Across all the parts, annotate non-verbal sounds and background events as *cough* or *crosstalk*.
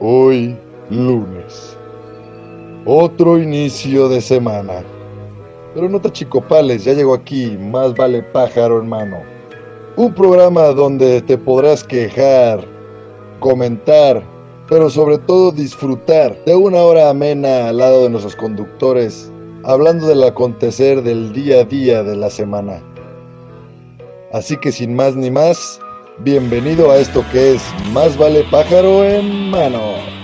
Hoy lunes. Otro inicio de semana. Pero no te achicopales, ya llegó aquí, más vale pájaro en mano. Un programa donde te podrás quejar, comentar, pero sobre todo disfrutar de una hora amena al lado de nuestros conductores, hablando del acontecer del día a día de la semana. Así que sin más ni más, bienvenido a esto que es Más vale pájaro en mano.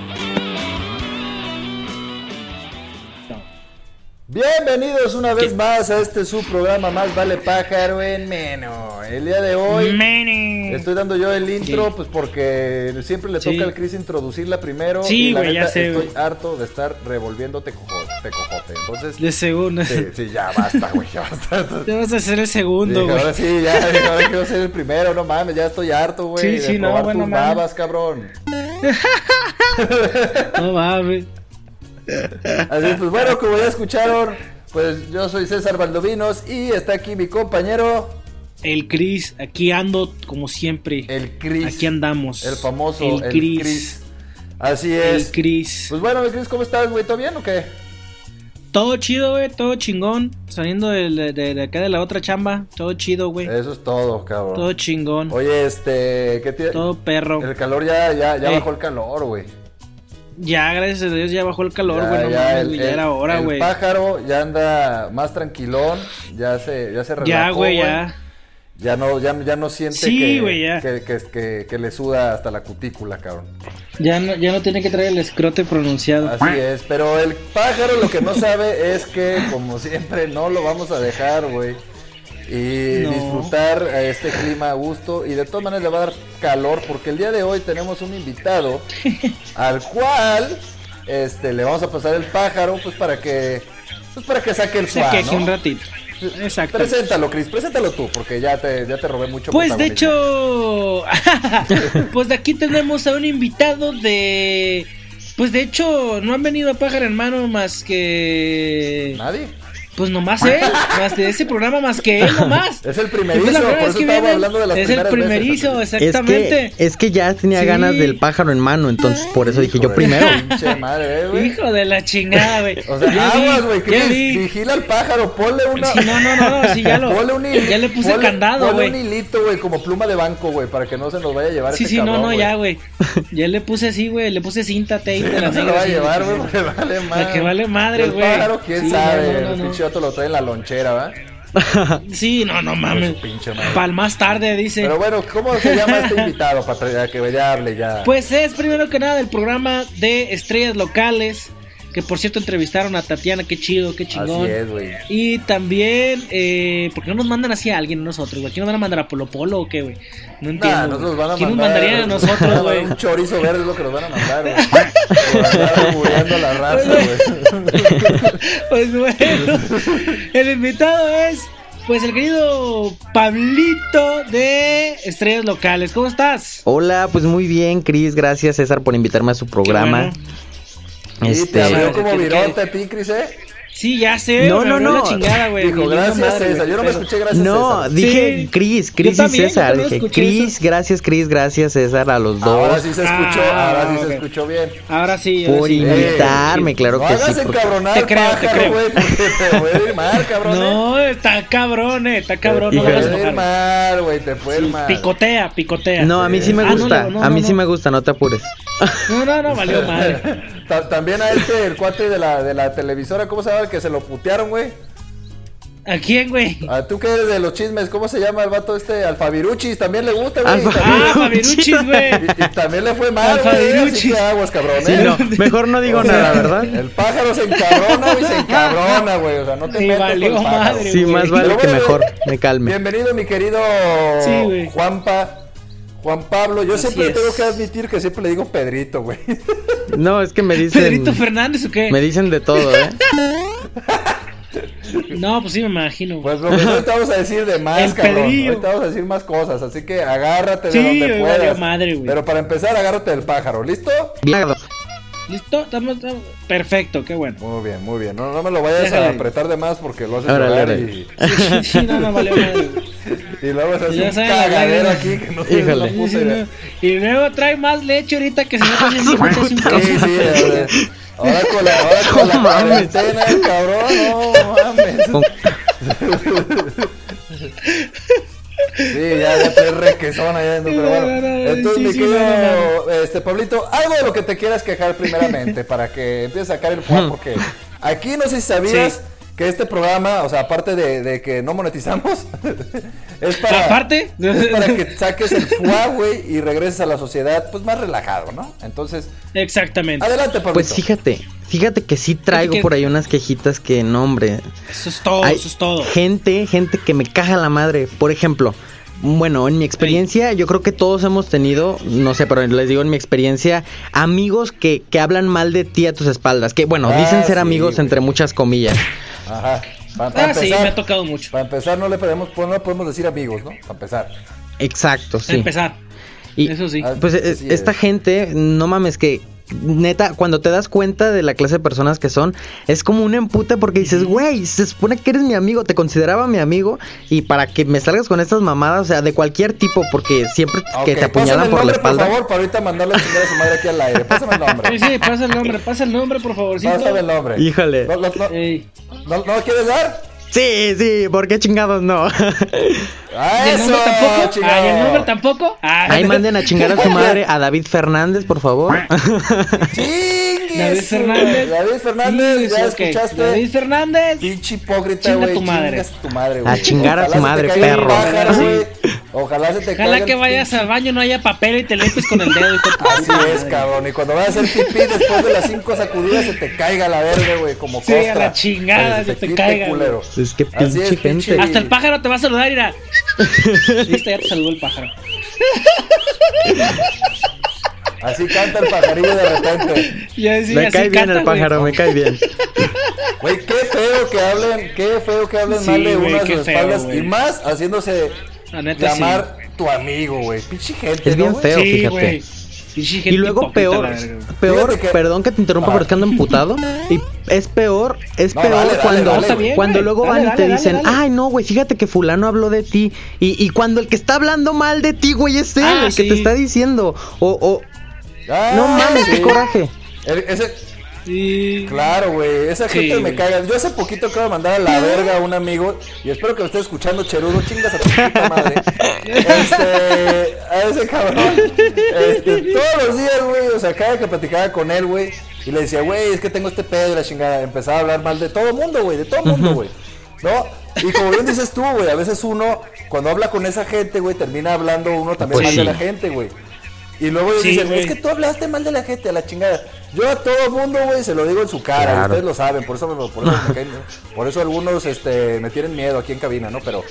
Bienvenidos una vez más a este su programa Más vale pájaro en menos. El día de hoy Mene. estoy dando yo el intro, Sí. pues porque siempre le Sí. toca al Chris introducirla primero. Sí, y la güey, ya neta, sé, Estoy güey. harto de estar revolviendo tecojo- tecojote. Entonces, De segundo. sí, sí, ya basta, güey, ya basta. Entonces, *laughs* Te vas a hacer el segundo, dije, güey. ahora sí, ya, dije, ahora quiero ser el primero, no mames, ya estoy harto, güey. Sí, de sí, no, probar bueno, tus mames. babas, cabrón. No mames. Así es, pues bueno, como ya escucharon, pues yo soy César Valdovinos y está aquí mi compañero, El Cris, aquí ando como siempre. el Chris. Aquí andamos. El famoso, El Cris. Así El es. Cris. Pues bueno, Chris, ¿cómo estás, güey? ¿Todo bien o qué? Todo chido, güey. Todo chingón. Saliendo de, de- de acá de la otra chamba. Todo chido, güey. Eso es todo, cabrón. Todo chingón. Oye, este, ¿qué tiene? Todo perro. El calor ya, ya, ya Ey. bajó el calor, güey. Ya, gracias a Dios, ya bajó el calor, Ya, güey. No ya mames, el- güey, ya el- era hora, el güey. pájaro ya anda más tranquilón, ya se, ya se relajó, Ya, güey, ya. Ya no, ya, ya no siente Sí, que, güey, ya. que, que- que- que le suda hasta la cutícula, cabrón. Ya no, ya no tiene que traer el escrote pronunciado. Así es, pero el pájaro lo que no sabe es que, como siempre, no lo vamos a dejar, güey. Y No. disfrutar eh, este clima a gusto. Y de todas maneras le va a dar calor, porque el día de hoy tenemos un *laughs* invitado al cual este, le vamos a pasar el pájaro, pues para que, pues, para que saque el Se suá, queje ¿no? un ratito. Exacto. Preséntalo, Cris, preséntalo tú, porque ya te, ya te robé mucho. Pues de protagonismo. hecho, *laughs* pues de aquí tenemos a un invitado de... Pues de hecho, no han venido a Pájaro en Mano más que... Nadie. Pues nomás él, más de ese programa más que él nomás. *laughs* Es el Es primerizo, la primera por vez eso que estaba viene, hablando de las es el primeras veces. primerizo, Es exactamente. que, es que ya tenía Sí. ganas del pájaro en mano, entonces por eso dije yo Joder, primero. pinche madre, eh, güey. Hijo de la chingada, güey. O sea, Ya vi, aguas, güey, ya Chris, vi. vigila al pájaro, ponle una... Sí, no, no, no, no, sí, ya lo- ponle un hil- ya le puse ponle- candado, ponle güey. un hilito, güey, como pluma de banco, güey, para que no se nos vaya a llevar Sí, este sí, no, cabrón, no, ya, güey. Ya le puse así, güey, le puse cinta tape. Sí, de *laughs* la no se lo negra, va a así, llevar, güey, sí, porque vale madre. Porque vale madre, El güey. pájaro, quién Sí, sabe, no, no, no, el no. pinche vato lo trae en la lonchera, ¿va? Sí, no, no mames. Pinche madre. Pal más tarde, dice. Pero bueno, ¿cómo se llama *laughs* este invitado para tra- que ya hable ya? Pues es primero que nada el programa de estrellas locales. Que por cierto entrevistaron a Tatiana, qué chido, qué chingón. Así es, güey. Y también, eh, ¿por qué no nos mandan así a alguien a nosotros, güey? ¿Quién nos van a mandar a Polo Polo o qué, güey? No entiendo. Nah, güey. nosotros van a ¿Quién mandar- van nos mandarían a a nosotros, mandar güey? *laughs* Un chorizo verde es lo que nos van a mandar, güey. Por andar *laughs* albureando a la raza, güey. Pues bueno, el invitado es, pues el querido Pablito de Estrellas Locales. ¿Cómo estás? Hola, pues muy bien, Cris. Gracias, César, por invitarme a su programa. Y te Este, abrió Madre, como que- virote a ti, Cris, ¿eh? Sí, ya sé. No, me no, abrió no. La chingada, güey. Dijo, Ni yo gracias madre, César. güey, Yo no me pero- escuché gracias eh". no, César. dije Sí. Cris, Yo Cris y también, yo César. también Dije, escuché Cris, eso. gracias, Cris, gracias, César, a los Ahora dos sí se escuchó, Ah, ahora sí ok. se escuchó bien. Ahora sí. ahora por sí. Eh, invitarme, claro no que sí. hagas porque- encabronar Te creo, te pájaro, creo. güey, porque te puede ir mal, cabrón. ¿eh? No, está cabrón, eh, está cabrón. Te No Híjole. hagas puede ir enojar. mal, güey, te puede ir mal. Picotea, picotea. No, a mí sí me Ah, no, gusta, no, a mí no, sí no. me gusta, no te apures. No, no, no, *laughs* valió madre. Ta- También a este, el cuate de la, de la televisora, ¿cómo se llama? El que se lo putearon, güey. ¿A quién, *laughs* güey? A tú que eres de los chismes, ¿cómo se llama el vato este? Alfaviruchis, también le gusta, güey. Alfa- Ah, También- Fabiruchis, güey. Y, y también le fue mal, güey. Así Alfaviruchis. que aguas, cabrón, ¿eh? Sí, no, mejor no digo O sea, nada, ¿verdad? *laughs* El pájaro se encabrona, güey, se encabrona, güey. O sea, no te Y metas valió con el pájaro. madre, Sí, más vale Pero que bueno, mejor, güey, me calme. Bienvenido, mi querido Sí, güey. Juanpa. Juan Pablo, yo Así siempre es. tengo que admitir que siempre le digo Pedrito, güey. *laughs* No, es que me dicen, ¿Pedrito Fernández o qué? me dicen de todo, ¿eh? No, pues sí me imagino. güey. Pues lo que ahorita vamos a decir de más, El cabrón. Pedrillo. Ahorita vamos a decir más cosas, así que agárrate Sí, de donde güey, puedas. valió madre, güey. Pero para empezar, agárrate del pájaro, ¿listo? *laughs* Bien. ¿Listo? Estamos- estamos- Perfecto, qué *laughs* bueno. Muy bien, muy bien. No, no me lo vayas Déjale. a apretar de más porque lo haces Órale, llorar órale. y... Sí, no, no, valió madre. güey. Y luego se hace ya Pues un saben las cagadero reglas. aquí que no tiene *laughs* Híjole. la Sí, puta sí, idea. no. Y luego trae más leche ahorita que se nota *laughs* bien Su mucho, es un puta queso. Sí, sí, o sea, ahora con la, ahora con la No mames. cuarentena, cabrón, no mames. Con- Sí, ya de perre que son allá adentro, pero No, bueno. no, no, Entonces, sí, mi sí, querido, no, este, Pablito, algo de lo que te quieras quejar *laughs* primeramente para que empieces a sacar el fuego, porque aquí no sé si sabías Mm. Sí. que este programa, o sea, aparte de, de que no monetizamos, *laughs* es para... Aparte, Es para que saques el fuá, güey, y regreses a la sociedad, pues más relajado, ¿no? Entonces, exactamente. adelante, Pablito. Pues fíjate, fíjate que sí traigo que- por ahí unas quejitas que no, hombre. Eso es todo, Hay eso es todo. Gente, gente que me caja la madre. Por ejemplo, bueno, en mi experiencia, yo creo que todos hemos tenido, no sé, pero les digo en mi experiencia, amigos que, que hablan mal de ti a tus espaldas. Que bueno, Ah, dicen ser sí, amigos güey. entre muchas comillas. Ajá. Para, para Ah, sí, empezar, me ha tocado mucho. para empezar, no le podemos, pues, no podemos decir amigos, ¿no? Para empezar. Exacto, sí. Empezar. Y- Eso sí. Ah, Pues eh, Así esta es. gente, no mames, que neta, cuando te das cuenta de la clase de personas que son, es como un empute porque dices, güey, se supone que eres mi amigo, te consideraba mi amigo, y para que me salgas con estas mamadas, o sea, de cualquier tipo, porque siempre Ah, que ok, te pásame apuñalan el por la nombre, espalda. Por favor, para ahorita mandarle a chingar a su madre aquí al aire. Pásame el Sí, nombre. sí, pasa el nombre, pasa el nombre, por favorcito. Pásame el nombre. Híjole. ¿No, no, no, Ey. no- no lo quieres dar? Sí, sí, ¿por qué *laughs* chingados no? ¡Ah, ¿Y el eso! nombre tampoco? chingado! Ah, ¿y el nombre tampoco? *laughs* Ah, Ahí manden a chingar a su madre a David Fernández, por favor. ¡Chingues! David Fernández. David Fernández, Sí, ya ok. escuchaste. David Fernández. Pinche hipócrita, Chinga güey. tu madre. Chingas tu madre, güey. A chingar Ojalá a tu se te madre, caiga el perro. pájaro, Sí. güey. Ojalá se te caiga Ojalá el que vayas pinche- al baño, no haya papel y te limpies con el dedo. hijo de tu Así puta es, Ah, madre. cabrón. Y cuando vayas a hacer pipí después de las cinco sacudidas, se te caiga la verga, güey. Como Sí, costra. a la chingada, Pues, se te quite, caiga, güey. culero. Es que Así pinche gente. Hasta el pájaro te va a saludar, mira. Listo, ya te saludó el pájaro. Así canta el pajarillo de repente. Ya, sí, *laughs* me así cae bien canta, güey. el pájaro, me cae bien. Güey, qué feo que hablen, qué feo que hablen Sí, mal de güey, uno de qué sus feo, espaldas. güey. Y más haciéndose La neta, llamar tu amigo, güey. Pinche gente, Es ¿no, bien güey? feo, sí, fíjate. güey. Pinche gente Y luego hipócrita, peor, la verga. peor, Fíjate que- perdón que te interrumpa, Ah. pero es que ando *laughs* emputado. Y es peor, es No, peor dale, dale, cuando, dale, güey. cuando luego Dale, van y dale, te dale, dicen, dale. ay no, güey, fíjate que fulano habló de ti. Y, y cuando el que está hablando mal de ti, güey, es él, Ah, el sí. que te está diciendo. O, o, Ah, no mames, qué sí. coraje. El- ese, Sí. Claro, güey, esa Sí, gente me güey. caga. Yo hace poquito acabo de mandar a la verga a un amigo y espero que lo esté escuchando, Cherudo. Chingas a tu puta madre. Este, a ese cabrón. Este, todos los días, güey, o sea, cada que platicaba con él, güey, y le decía, güey, es que tengo este pedo y la chingada. Empezaba a hablar mal de todo mundo, güey, de todo mundo, güey. ¿No? Y como bien dices tú, güey, a veces uno, cuando habla con esa gente, güey, termina hablando uno también Pues mal de sí. la gente, güey. Y luego ellos Sí, dicen, güey. es que tú hablaste mal de la gente, a la chingada. Yo a todo mundo, güey, se lo digo en su cara, Claro. ustedes lo saben, por eso, me- por eso *laughs* me caen- por eso algunos este, me tienen miedo aquí en cabina, ¿no? Pero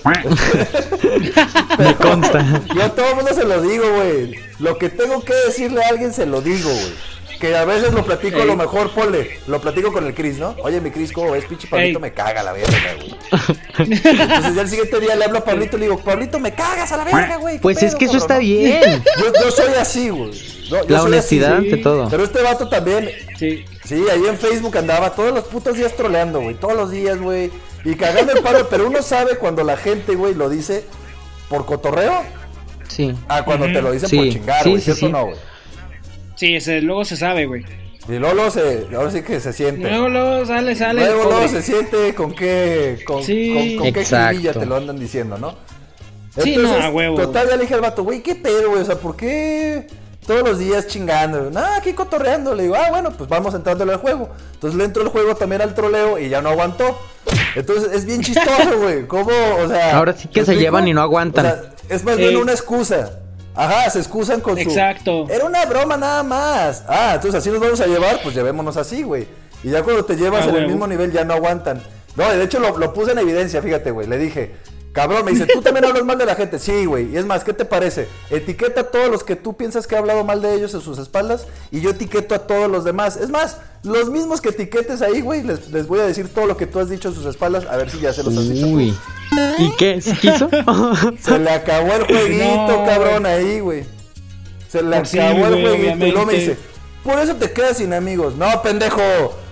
Me consta. yo a todo mundo se lo digo, güey. Lo que tengo que decirle a alguien se lo digo, güey. Que a veces lo platico a lo Ey. mejor, ponle, lo platico con el Cris, ¿no? Oye, mi Cris, ¿cómo ves? Pinche Pablito Ey. me caga la verga, güey. Entonces ya el siguiente día le hablo a Pablito y le digo, Pablito, me cagas a la verga, güey. ¿qué Pues es pedo, que eso cabrón, está no?" *laughs* bien. Yo, yo soy así, güey. Yo- yo soy La así, honestidad güey. ante todo. Pero este vato también Sí. Sí, ahí en Facebook andaba todos los putos días troleando, güey. Todos los días, güey. Y cagando el paro. pero uno sabe cuando la gente, güey, lo dice por cotorreo Sí. a cuando te lo dicen Sí, por chingar, sí, güey. sí, ¿Cierto o sí. no, güey? Sí, ese, luego se sabe, güey. Y Lolo se, ahora sí que se siente. Luego, luego sale, sale. Luego, el luego se pobre. siente con qué, con, Sí. con- con qué Exacto. jiribilla te lo andan diciendo, ¿no? Sí, no, a huevo. Total, ya le dije al vato, güey, qué pedo, güey, o sea, ¿por qué todos los días chingando? Nada, aquí cotorreando. Le digo, ah, bueno, pues vamos entrándole al juego. Entonces le entró el juego también al troleo y ya no aguantó. Entonces es bien chistoso, *laughs* güey. ¿Cómo? O sea. Ahora sí que ¿me se llevan y no O aguantan. sea, es más Sí. bien una excusa. Ajá, se excusan con su. Exacto. Era una broma nada más. Ah, entonces así nos vamos a llevar, pues llevémonos así, güey. Y ya cuando te llevas Ah, en el huevo. mismo nivel ya no aguantan. No, de hecho lo, lo puse en evidencia, fíjate, güey. Le dije, cabrón, me dice, tú también hablas mal de la gente. Sí, güey. Y es más, ¿qué te parece? Etiqueta a todos los que tú piensas que he hablado mal de ellos en sus espaldas y yo etiqueto a todos los demás. Es más, los mismos que etiquetes ahí, güey, les, les voy a decir todo lo que tú has dicho en sus espaldas, a ver si ya se los has dicho. tú". Uy. ¿Y qué? ¿Sí quiso? Se le acabó el jueguito, *laughs* No, cabrón, ahí, güey. Se le Pues sí, acabó el güey, jueguito. Y luego me obviamente. dice, por eso te quedas sin amigos. No, pendejo.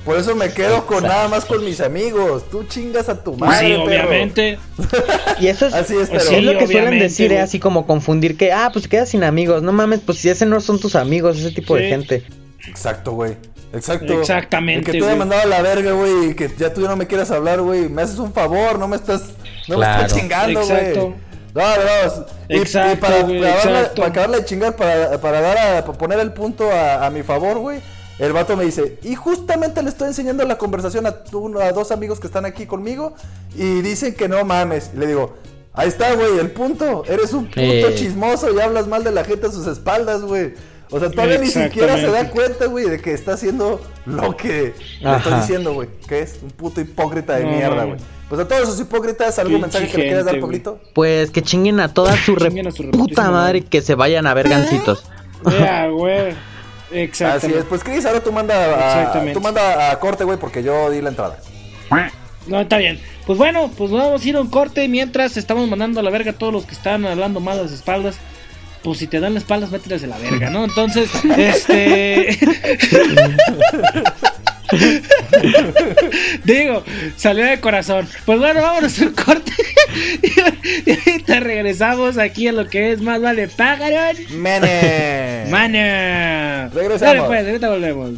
Por eso me quedo con nada más con mis amigos. Tú chingas a tu Pues madre. sí, perro. obviamente. *laughs* Y eso es, Así es, pues, pero- es lo que suelen obviamente, decir, güey. eh, así como confundir que, ah, pues quedas sin amigos. No mames, pues si ese no son tus amigos, ese tipo de Sí. gente. Exacto, güey. Exacto. Exactamente, El que te haya güey. mandado a la verga, güey. y Que ya tú ya no me quieras hablar, güey. Me haces un favor, no me estás. No me Claro. estás chingando, güey. Exacto. No, no. Y, y Exacto, para, güey, para acabarla- exacto. para acabarla de chingar, para, para dar a- para poner el punto a, a mi favor, güey. El vato me dice, y justamente le estoy enseñando la conversación a, tu- a dos amigos que están aquí conmigo y dicen que no mames. Y le digo, ahí está, güey, el punto. Eres un puto Eh. chismoso y hablas mal de la gente a sus espaldas, güey. O sea, todavía ni siquiera se da Exactamente. cuenta, güey, de que está haciendo lo que le estoy Ajá. diciendo, güey. Que es un puto hipócrita de No, mierda, güey. mames. Pues a todos esos hipócritas, ¿algún Pinche mensaje que le quieras dar, gente, güey. Pablito? Pues que chinguen a toda su, re- Chinguen a su puta reputísima madre y madre. que se vayan a Ah, ver gancitos. Ya, *laughs* güey. Así es, Exactamente. pues Chris, ahora tú manda a, Exactamente. tú manda a corte, güey, porque yo di la entrada. No, está bien. Pues bueno, pues vamos a ir a un corte mientras estamos mandando a la verga a todos los que están hablando mal a las espaldas. Pues si te dan las espaldas, mételas en la verga, ¿no? Entonces, este. *laughs* Digo, salió de corazón. Pues bueno, vámonos al corte. *laughs* y ahorita regresamos aquí a lo que es más vale pájaros. *laughs* Mene. Mana. Regresamos. Dale, pues, ahorita volvemos.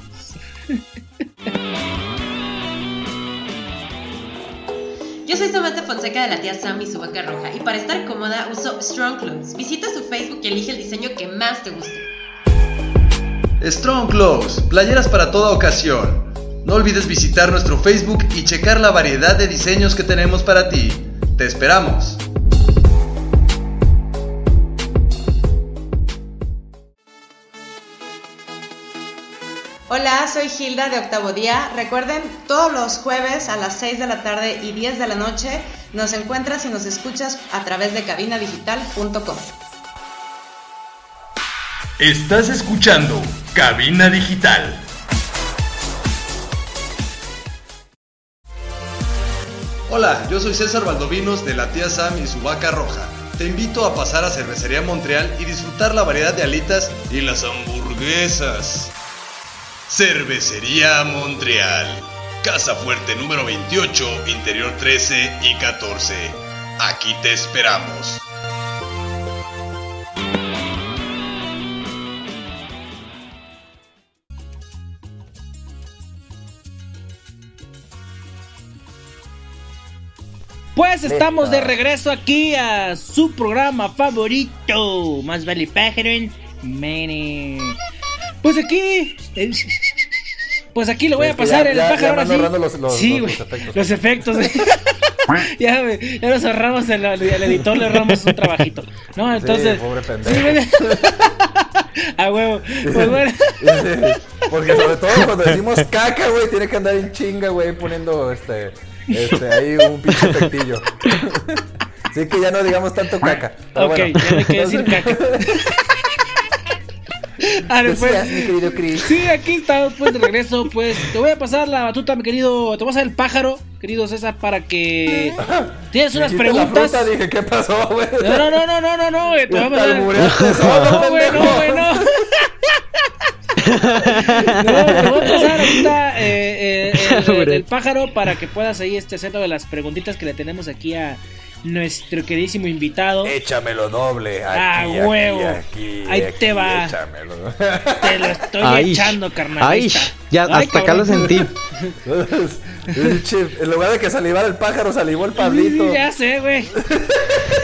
Yo soy Samantha Fonseca de la tía Sam y su vaca roja, y para estar cómoda uso Strong Clothes. Visita su Facebook y elige el diseño que más te guste. Strong Clothes, playeras para toda ocasión. No olvides visitar nuestro Facebook y checar la variedad de diseños que tenemos para ti. Te esperamos. Hola, soy Hilda de Octavo Día. Recuerden, todos los jueves a las 6 de la tarde y 10 de la noche nos encuentras y nos escuchas a través de cabinadigital.com. Estás escuchando Cabina Digital. Hola, yo soy César Valdovinos de la tía Sam y su vaca roja. Te invito a pasar a Cervecería Montreal y disfrutar la variedad de alitas y las hamburguesas. Cervecería Montreal. Casa Fuerte número 28, Interior 13 y 14. Aquí te esperamos. Pues estamos de Neta. regreso aquí a su programa favorito, Más vale pájaro en mene. Pues aquí, eh, pues aquí lo voy Es a que pasar ya- el ya- ya pájaro mando ahora sí. ahorrando los- los- sí, los- güey, los efectos. los efectos. *laughs* ya, güey, ya nos ahorramos el, el editor, le ahorramos un trabajito. No, entonces, sí, pobre pendejo. sí, güey. *laughs* a huevo. Pues bueno. Porque sobre todo cuando decimos caca, güey, tiene que andar en chinga, güey, poniendo este, este, ahí un pinche efectillo. Así que ya no digamos tanto caca. Pero Ok, bueno. ya no hay que decir caca. *laughs* Ah, no, pues. Decías, mi querido Chris. Sí, aquí estamos pues de regreso, pues te voy a pasar la batuta, mi querido, te voy a hacer el pájaro, querido César, para que tienes unas Dijiste la preguntas. fruta, dije, ¿qué pasó, *laughs* güey? No, no, no, no, no, no, no, güey, te voy a pasar. Albureaste solo, No, güey, no, pendejo. güey, no. *laughs* No, te voy a pasar ahorita eh, eh, el, el- el pájaro para que puedas ahí este hacer lo de las preguntitas que le tenemos aquí a nuestro queridísimo invitado. Échamelo doble. Ah, Aquí, huevo. Aquí, aquí, Ahí aquí, te va. Échamelo. *laughs* Te lo estoy Ay, echando, carnal. ahí ay, está. ya Ay, hasta acá cabrón. *laughs* lo sentí. Pinche- en lugar de que salivara el pájaro, salivó el Pablito. Sí, ya sé, güey.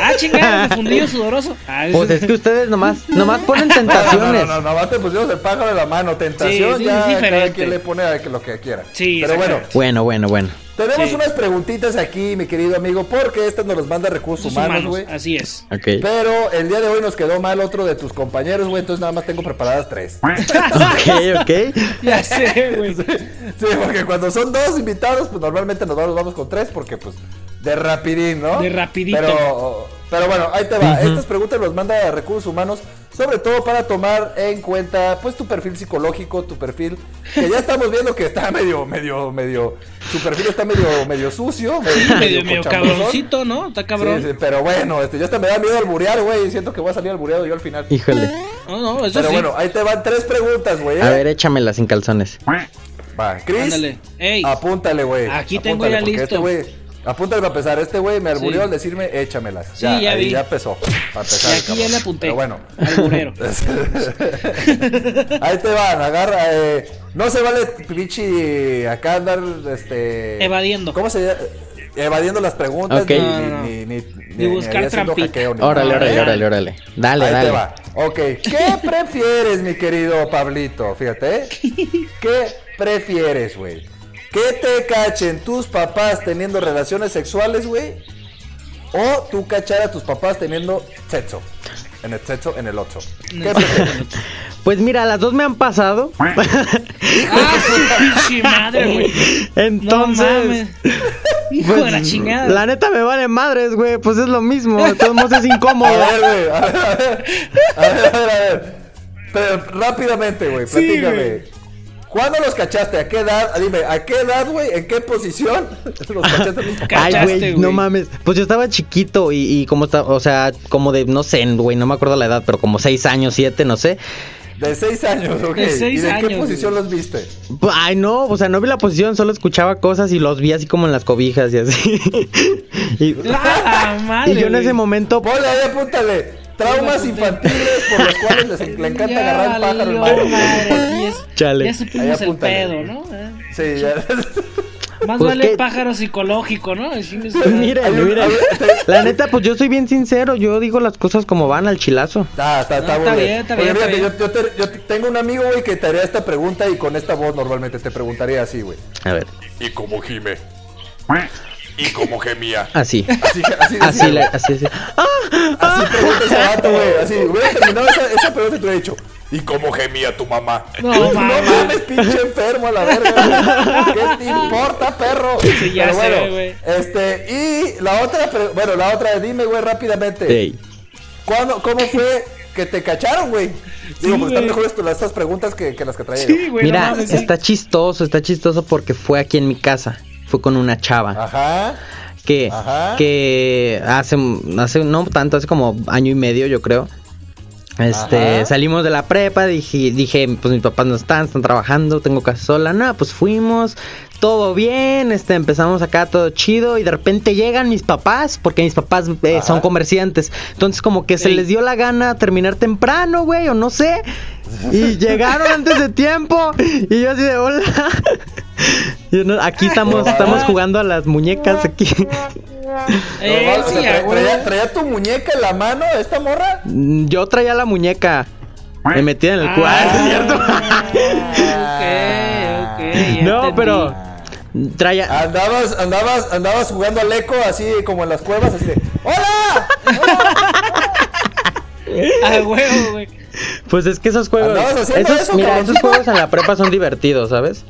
Ah, chingada, fundillo sudoroso. Ah, Pues es que ustedes nomás, nomás *laughs* ponen No, tentaciones. no, no, nomás te pusimos el pájaro en la mano. Tentación, Sí, sí, ya es cada diferente. quien le pone a que- lo que quiera. Sí, Pero bueno, exactamente. Bueno, bueno, bueno. tenemos Sí. unas preguntitas aquí, mi querido amigo, porque estas nos las manda recursos Sus humanos, humanos, güey. así es. *laughs* Ok. Pero el día de hoy nos quedó mal otro de tus compañeros, güey, entonces nada más tengo preparadas tres. Ok, ok. Ya sé, *laughs* güey. Sí, porque cuando son dos invitados, pues normalmente nos vamos, vamos con tres, porque pues de rapidín, ¿no? De rapidito. Pero, pero bueno, ahí te va. Estas preguntas los manda a recursos humanos, sobre todo para tomar en cuenta, pues, tu perfil psicológico, tu perfil, que ya estamos viendo que está medio, medio, medio, tu perfil está medio, medio sucio. Sí, medio, medio cochambrosón. cabroncito, ¿no? Está cabrón. Sí, sí, pero bueno, este, ya hasta me da miedo alburear, güey, siento que voy a salir albureado yo al final. Híjole. No, no, eso Pero sí. bueno, ahí te van tres preguntas, güey. ¿eh? A ver, échamelas sin calzones. Va, Chris, Ándale. Ey. apúntale, güey. Aquí Apúntale, tengo ya porque listo. Este güey, apúntale para empezar. Este güey me alburió Sí. al decirme échamelas. Sí, ya ahí vi. ya empezó. Para Y empezar, aquí ya cabrón. le apunté. Pero bueno. Alburero. *laughs* ahí te van, agarra. eh, no se vale, pinche, acá andar, este... Evadiendo. ¿Cómo se llama? Evadiendo las preguntas. Ok. ni- No, no, no. Ni, ni, ni- Ni buscar haciendo trampita. hackeo, ni Órale, nada. órale, Dale. órale, órale. Dale, Ahí dale. te va. Ok, *laughs* ¿qué prefieres, mi querido Pablito? Fíjate, ¿eh? ¿Qué prefieres, güey? ¿Que te cachen tus papás teniendo relaciones sexuales, güey? ¿O tú cachar a tus papás teniendo sexo? En el sexo, en el otro. ¿Qué prefieres? *laughs* Pues mira, las dos me han pasado. ¡Ah, su pinche madre, güey! Entonces. No mames. Hijo de la pues, chingada. La neta me vale madres, güey. Pues es lo mismo. De *laughs* todos modos es incómodo. A ver, güey, a ver, a ver. A ver, a ver, a ver. Pero rápidamente, güey, platícame. ¿Cuándo los cachaste? ¿A qué edad? Ah, Dime, ¿a qué edad, güey? ¿En qué posición *laughs* los cachaste? a tus papás? Ay, Cachaste, güey, güey. no mames. Pues yo estaba chiquito y, y como estaba, o sea, como de, no sé, güey, no me acuerdo la edad, pero como seis años, siete, no sé. De seis años, ok. De seis ¿Y de qué años, posición güey. los viste? Pues, Ay, no, o sea, no vi la posición, solo escuchaba cosas y los vi así como en las cobijas y así. *laughs* y, ¡La Ah, madre! y yo en ese güey. momento, *laughs* Ponle ahí, apúntale. Traumas Yo me apunté. infantiles por los cuales les le encanta *laughs* Ya agarrar el pájaro valió, hermano. madre, aquí es- Chale. Ya supimos Ahí el apúntale. pedo, ¿no? Eh, Sí, ya. *laughs* Más Pues vale qué- pájaro psicológico, ¿no? *laughs* El chingue su pues madre. miren, miren. La neta, pues yo soy bien sincero, yo digo las cosas como van al chilazo. Está, está, está, No, muy está bien. bien, está Oye, bien, está fíjate, Yo, yo te- yo te- tengo un amigo, güey, que te haría esta pregunta y con esta voz normalmente te preguntaría así, güey. A ver, Y como gime. Y como gemía. así. Así, así, Así, así, la- así, así. así pregunta ese vato, güey. Así, hubiera terminado esa, esa pregunta y te hubiera dicho. Y como gemía tu mamá. *laughs* No, *laughs* No mames. mames, pinche enfermo a la verga. güey. ¿Qué te importa, perro? Sí, ya sé, güey. Este, y la otra, pre- bueno, la otra, dime, güey, rápidamente. Ey. ¿Cuándo, ¿Cómo fue que te cacharon, güey? Digo, Sí, porque están güey. mejores tú- estas preguntas que, que las que traía. Sí, yo. güey. Mira, no mames, sí. está chistoso, está chistoso porque fue aquí en mi casa. Fue con una chava Ajá. que, Ah, ajá. que hace, hace no tanto, hace como año y medio, yo creo. Este, Ajá. salimos de la prepa, dije, dije, pues mis papás no están, están trabajando, tengo casa sola, nada, pues fuimos, todo bien, este, empezamos acá todo chido y de repente llegan mis papás, porque mis papás eh, son comerciantes, entonces como que se Ey. les dio la gana terminar temprano, güey, o no sé, y llegaron antes de tiempo y yo así de hola. *laughs* Y no, aquí estamos, estamos jugando a las muñecas aquí. *laughs* Eh, No, o sí, sea, a tra- huevo. traía, traía tu muñeca en la mano esta morra? Mm, Yo traía la muñeca. Me metí en el Ah, cuarto, *laughs* ¿cierto? ok, ok, ya Ah. *laughs* No, entendí. pero Ah. traía Andabas, andabas, andabas jugando al eco así como en las cuevas, así de ¡Hola! A Ah, huevo, *laughs* güey. pues es que esos juegos, Andabas haciendo esos, eso, mira, cabroncito. esos juegos en la prepa son divertidos, ¿sabes?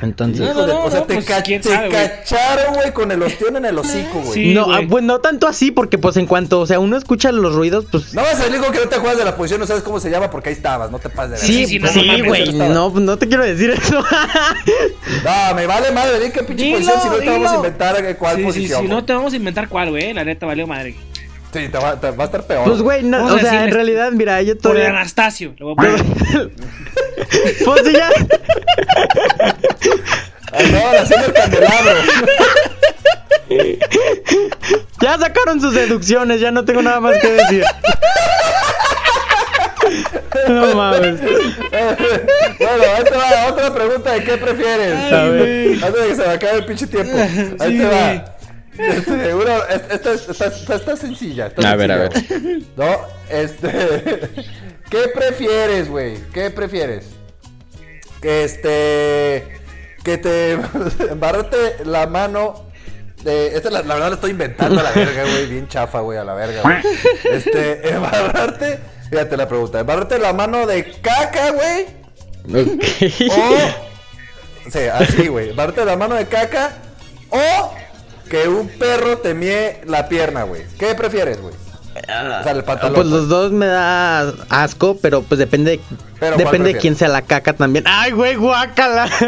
Entonces, Hijo de- no, o sea, no, te, pues, ca- quién te sabe, güey. cacharon, güey, con el ostión en el hocico, güey. Sí, no, ah, güey. pues no tanto así porque pues en cuanto, o sea, uno escucha los ruidos, pues No vas a salir con que no te juegas de la posición, no sabes cómo se llama porque ahí estabas, no te pases de sí, sí, sí, no mames, güey, estaba. no, no te quiero decir eso. *laughs* verga. No, me vale madre, di qué pinche Dilo, posición, si no te vamos a dilo. inventar eh, cuál Sí, sí, posición. sí, güey. no te vamos a inventar cuál, güey. La neta valió madre. Sí, te va, te va a estar peor. pues güey, no, Vamos a o sea, decirle- en realidad, mira, yo Por el todavía Anastasio. Le voy a poner. *laughs* pues sí, ya Andaban haciendo el candelabro. *laughs* ya sacaron sus deducciones, ya no tengo nada más que decir. *laughs* No mames. bueno, ahí te va otra pregunta de qué prefieres. A *laughs* ver. Antes de que se me acabe el pinche tiempo. Ahí *laughs* Sí, te güey. va. Este, una- es- esta, es- esta, esta- esta es sencilla. A ver, a ver. ver. No, este. *laughs* ¿Qué prefieres, güey? ¿Qué prefieres? Que este. Que te *laughs* embarrate la mano. de- esta la, la verdad la estoy inventando a la verga, güey. Bien chafa, güey, a la verga, güey. Este, *laughs* embarrarte. Fíjate la pregunta. Embarrarte la mano de caca, güey. O. Sí, así, güey. Parte la mano de caca. O que un perro te mie la pierna, güey. ¿Qué prefieres, güey? O sea, el pantalón. Pues los dos me da asco, pero pues depende de- Pero, ¿cuál depende de prefieres? quién sea la caca también. Ay, güey, guácala. *laughs*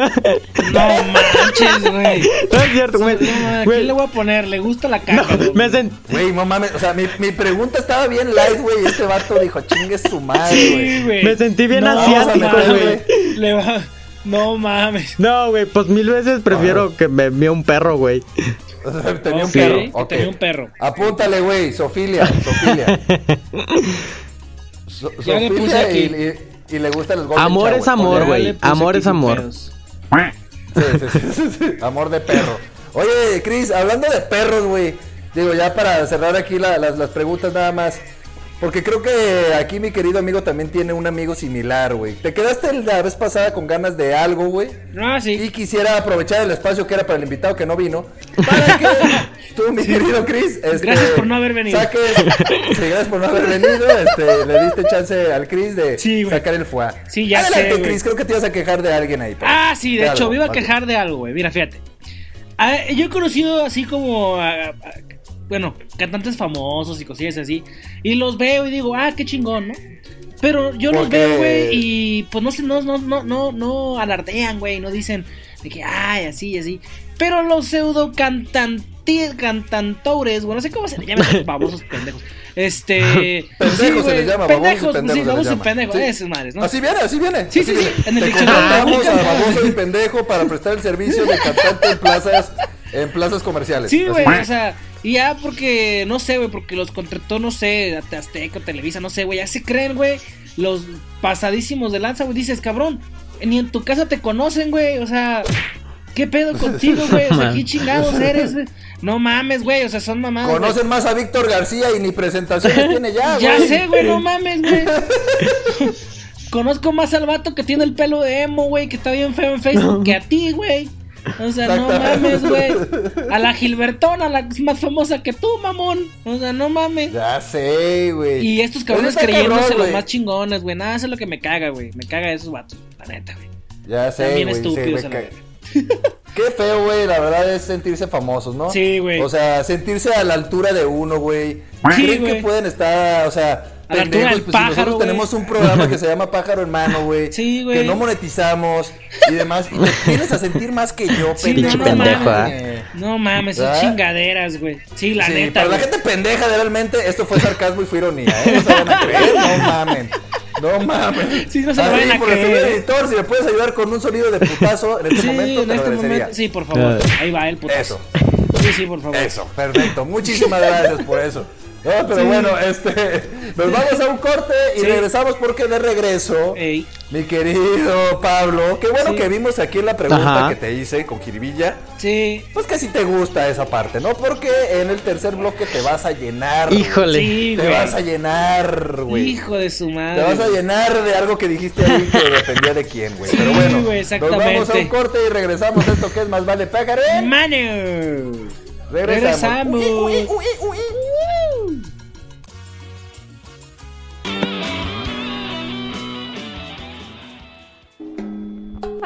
No manches, güey. no es cierto, güey. No, mames, ¿a Güey, quién le voy a poner? Le gusta la no, caca. güey. me hacen Güey, no mames. O sea, mi, mi pregunta estaba bien light, güey. Y este vato dijo, chingue su madre, güey. Sí, güey. me sentí bien No, asiático, vamos a mames, güey. meterle- Le va... No mames. No, güey, pues mil veces Ah. prefiero que me envíe un perro, güey. Tenía un Ok, perro. que ok. Tenía un perro. Apúntale, güey. Sofilia. *laughs* Sofilia. So- Ya le Sofilia puse aquí. Y, y- y le gustan los golden Amor shower. es amor, Ya güey. le puse Amor que es sin amor. pedos. Sí, sí, sí, sí, sí. Amor de perro. Oye, Cris, hablando de perros, güey. Digo, ya para cerrar aquí la- las, las preguntas nada más. Porque creo que aquí mi querido amigo también tiene un amigo similar, güey. ¿Te quedaste la vez pasada con ganas de algo, güey? Ah, sí. Y quisiera aprovechar el espacio que era para el invitado que no vino. Para *laughs* que tú, mi querido Chris. este, Gracias por no haber venido. saques- sí, gracias por no haber venido. Este, le diste chance al Chris de Sí, güey. sacar el fuá. Sí, ya sé, Adelante, güey. Chris. Creo que te ibas a quejar de alguien ahí. pero- Ah, sí, de algo, hecho, me iba a más bien. quejar de algo, güey. Mira, fíjate. Ah, yo he conocido así como. a- a- bueno, cantantes famosos y cosillas así. Y los veo y digo, ah, qué chingón, ¿no? Pero yo los Porque- veo, güey, y pues no sé, no, no, no, no, no alardean, güey, no dicen de que, ay, así, así. Pero los pseudo cantantes, cantantores, güey, no sé cómo se *laughs* le llaman esos babosos pendejos. Este. Pendejos se güey, les llama, pendejos, pues babosos y pendejos sí, se les babosos y llama. pendejos, Sí. esas madres, ¿no? Así viene, así viene. Sí, así sí, sí, viene. en el Te diccionario contratamos a americano. baboso y pendejo para prestar el servicio de cantante en plazas, en plazas comerciales. Sí, Así. güey, o sea, y ya porque, no sé, güey, porque los contrató, no sé, a Azteca, Televisa, no sé, güey, ya se creen, güey, los pasadísimos de lanza, güey, dices, cabrón, ni en tu casa te conocen, güey, o sea, ¿qué pedo contigo, güey? O sea, ¿qué chingados eres? güey? No mames, güey, o sea, son mamadas. güey. Conocen más a Víctor García y ni *laughs* presentaciones tiene *laughs* ya, güey. Ya sé, güey, no mames, güey. *laughs* Conozco más al vato que tiene el pelo de emo, güey, que está bien feo en Facebook que a ti, güey. O sea, no mames, Exactamente. *laughs* güey. A la Gilbertona, la más famosa que tú, mamón. O sea, no mames. Ya sé, güey. Y estos cabrones Eso está creyéndose cabrón, los güey. más chingones, güey. Nada, eso es lo que me caga, güey. Me caga esos vatos, la neta, güey. Ya sé, También güey, estúpidos sí, a me la ca- verga. *laughs* Qué feo, güey, la verdad es sentirse famosos, ¿no? Sí, güey. O sea, sentirse a la altura de uno, güey. Sí, Creen güey. que pueden estar, o sea, A la altura del pues si pájaro, nosotros güey. tenemos un programa *laughs* que se llama Pájaro en Mano, güey. Sí, güey. Que no monetizamos y demás. Y te vienes a sentir más que yo, Sí, Pinche no, no pendejo, mames. eh. No mames, son ¿Verdad? chingaderas, güey. Sí, la Sí, neta, para güey. la gente este pendeja, de realmente, esto fue sarcasmo y fue ironía, ¿eh? No se van a creer, no mamen. No mamen. Sí, no se lo Así, vayan a por el creer, señor ¿eh? editor, si me puedes ayudar con un sonido de putazo en este Sí, momento, en te lo este agradecería. momento. Sí, por favor. Eh. Ahí va el putazo. Sí, sí, por favor. Eso. Perfecto, muchísimas gracias por eso. No, pero bueno, este, nos vamos a un corte y Sí. regresamos porque de regreso, Ey. mi querido Pablo, qué bueno Sí. que vimos aquí en la pregunta Ajá. que te hice con Jiribilla, Sí. pues que sí te gusta esa parte, ¿no? Porque en el tercer bloque te vas a llenar. Híjole. Sí, Te güey. vas a llenar, güey. Hijo de su Te madre. vas a llenar de algo que dijiste ahí que dependía de quién, güey. Pero bueno, Sí, güey, nos vamos a un exactamente. corte y regresamos a esto que es más vale pájaro. ¿eh? Mano. *laughs* Regresamos. Regresamos.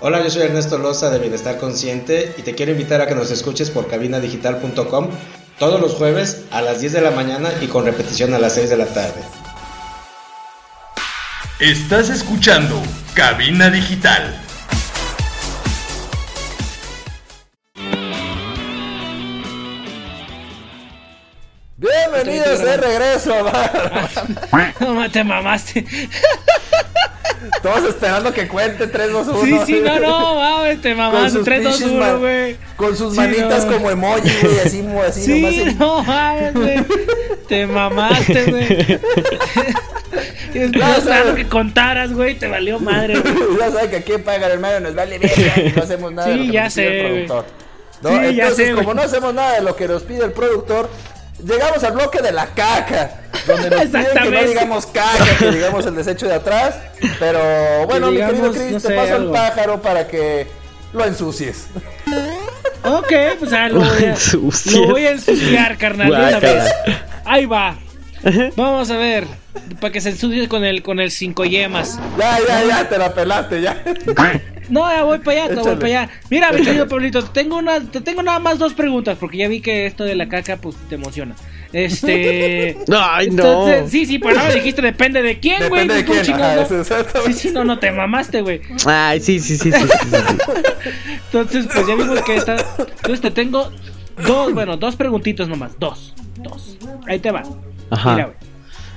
Hola, yo soy Ernesto Loza de Bienestar Consciente y te quiero invitar a que nos escuches por cabinadigital.com todos los jueves a las 10 de la mañana y con repetición a las 6 de la tarde. Estás escuchando Cabina Digital. Bienvenidos de regreso. va. *laughs* No, te mamaste. Todos esperando que cuente 3, 2, 1. Sí, sí, no, no, mames, te mamaste. 3, 2, pinches 1, man- güey. Con sus Sí, manitas no. como emoji, güey, así, mo- así nomás. Sí, en- *laughs* no mames, güey. Te mamaste, güey. Estás esperando que contaras, güey, te valió madre. güey. *laughs* ya saben que aquí pagan el Mario nos vale bien, no hacemos nada de Sí, lo que ya nos pide sé, el güey. productor. ¿no? Sí, ya Entonces, sé, güey. como no hacemos nada de lo que nos pide el productor, llegamos al bloque de la caca, *laughs* donde nos piden que no Exactamente. digamos caca, que digamos el desecho de atrás, pero bueno, Que mi querido digamos, Chris, no te sé, paso el algo. pájaro para que lo ensucies. Ok, pues ah, *laughs* lo, voy a, Ensucias. lo voy a ensuciar, *laughs* carnal, de una Guácala. vez. Ahí va. Vamos a ver. Para que se ensucie con el con el cinco yemas. Ya, ya, ya, te la pelaste, ya. No, ya voy para allá, ya voy Échale. para allá. Mira, mi Échale. querido Pablito, te tengo una, te tengo nada más dos preguntas, porque ya vi que esto de la caca, pues te emociona. *laughs* Este. Ay, no. Entonces, sí, sí, pues no me dijiste, depende de quién, güey. Depende de tú, quién. Ajá, chingado. eso, exactamente. Sí, sí, no, no te mamaste, güey. Ay, sí, sí, sí, sí. sí, sí, sí. Entonces, pues ya vimos que está. Entonces te tengo dos, bueno, dos preguntitos nomás. Dos, dos. Ahí te va. Ajá. Mira, güey. *laughs*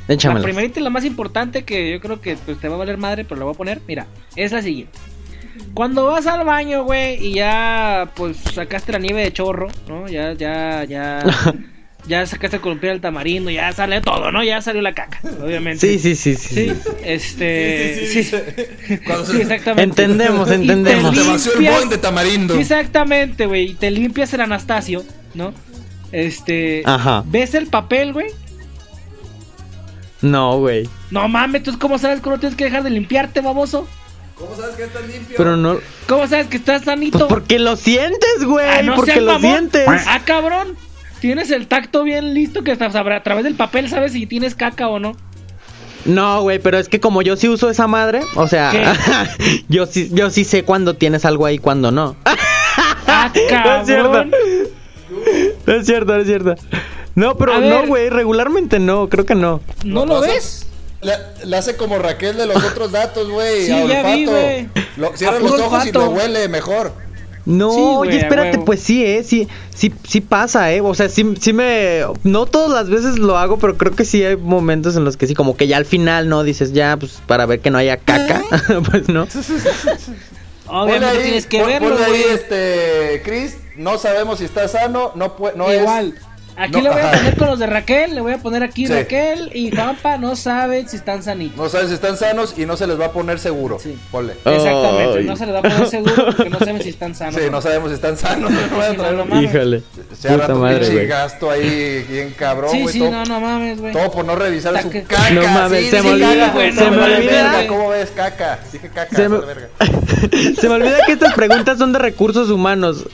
La Échamela. primerita y la más importante que yo creo que pues, te va a valer madre, pero la voy a poner. Mira, es la siguiente. Cuando vas al baño, güey, y ya pues sacaste la nieve de chorro, ¿no? Ya, ya, *laughs* ya. ya sacaste el columpio del tamarindo, ya sale todo, ¿no? Ya salió la caca, obviamente. Sí, sí, sí, sí. Sí, sí. este. Sí, Sí, exactamente. Entendemos, Y te entendemos. Te vació el limpias- boing de tamarindo. Exactamente, güey. Y te limpias el Anastasio, ¿no? Este. Ajá. ¿Ves el papel, güey? No, güey. No mames, ¿tú cómo sabes que no tienes que dejar de limpiarte, baboso? ¿Cómo sabes que estás limpio? Pero no. ¿Cómo sabes que estás sanito? Pues porque lo sientes, Ah, güey. no porque seas lo mamón. sientes. Ah, cabrón. Tienes el tacto bien listo que hasta sabrá- a través del papel sabes si tienes caca o *laughs* no. No, güey, pero es que como yo sí uso esa madre, o sea, *laughs* yo sí, yo sí sé cuándo tienes algo ahí y cuándo no. *laughs* Ah, No es cierto. cabrón. No es cierto, no es cierto. No, pero A no, ver. güey, regularmente no, creo que no. ¿No lo o sea, ves? Le, le hace como Raquel de *laughs* los otros datos, güey. Sí, a ya vi, olfato. güey. Lo- Cierra A los puro ojos y olfato. lo huele mejor. No, Sí, güey, oye, a espérate, huevo. pues sí, eh, sí, sí, sí pasa, eh. O sea, sí, sí me. No todas las veces lo hago, pero creo que sí hay momentos en los que sí, como que ya al final, ¿no? Dices, ya, pues para ver que no haya caca, *laughs* pues no. Obviamente Ponle ahí- tienes que pon- verlo, ponle ahí, güey. este, Chris, no sabemos si está sano, no, pue- no es... Igual. Aquí no, le voy a *laughs* ajá. poner con los de Raquel, le voy a poner aquí Sí. Raquel y Juanpa no saben si están sanitos. No saben si están sanos y no se les va a poner seguro. Sí. Ponle. Exactamente, Ay. no se les va a poner seguro porque Ah, no saben si están sanos. Sí, o no sabemos si están *laughs* sanos. no van a traer- no mames. Híjole. Se hará Puta tu madre, pinche güey. gasto ahí bien cabrón, Sí, güey, sí, todo, no, no mames, güey. todo por no revisar Está su que- caca. No mames, sí, se sí, me caca, olvida, güey, se me vale olvida. verga, ¿Cómo ves caca? Sí que caca, Se me- vale verga. *laughs* Se me olvida que estas preguntas son de recursos humanos.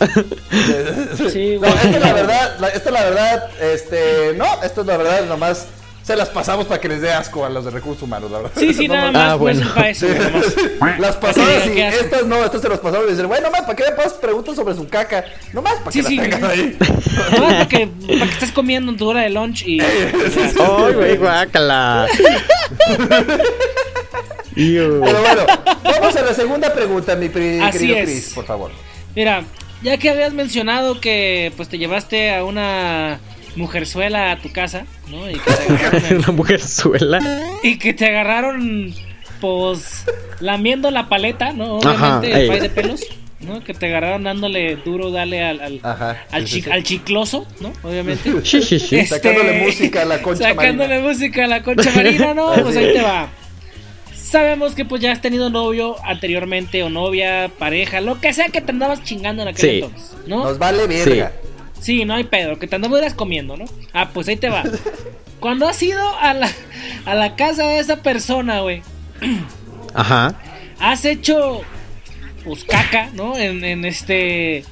Sí, No, güey. esta es la verdad, la- esta es la verdad, este, no, esta es la verdad, nomás se las pasamos para que les dé asco a los de recursos humanos, la verdad. Sí, sí, No, no, nada más Ah, fue bueno. para eso. nada *laughs* más. Las pasadas Sí, y qué asco. estas no, estas se las pasamos y dicen, bueno, más, ¿para qué me pasas preguntas sobre su caca? Nomás para Sí, que sí. las tengas *laughs* ahí. Nada más para que, para que estés comiendo en tu hora de lunch *laughs* y. Ay, güey, guácala. *laughs* Iu. Pero bueno, vamos a la segunda pregunta, mi pri- Así querido es. Chris, por favor. Mira, ya que habías mencionado que pues te llevaste a una mujerzuela a tu casa, ¿no? Y que te *laughs* agarraron, Una mujerzuela. y que te agarraron, pues, lamiendo la paleta, ¿no? Ajá, Obviamente, ey. el país de pelos, ¿no? Que te agarraron dándole duro, dale al, al, Ajá. al, Ah, sí, sí, chic- sí. al chicloso, ¿no? Obviamente. Sí, sí, sí. Este, Sacándole música a la concha Sacándole marina. música a la concha *laughs* marina, no, pues ahí te va. Sabemos que pues ya has tenido novio anteriormente o novia, pareja, lo que sea que te andabas chingando en aquel Sí. entonces, ¿no? Nos vale verga. Sí, no hay pedo, que te andabas comiendo, ¿no? Ah, pues ahí *laughs* te va. Cuando has ido a la, a la casa de esa persona, güey, Ajá. has hecho pues caca, ¿no? En, en este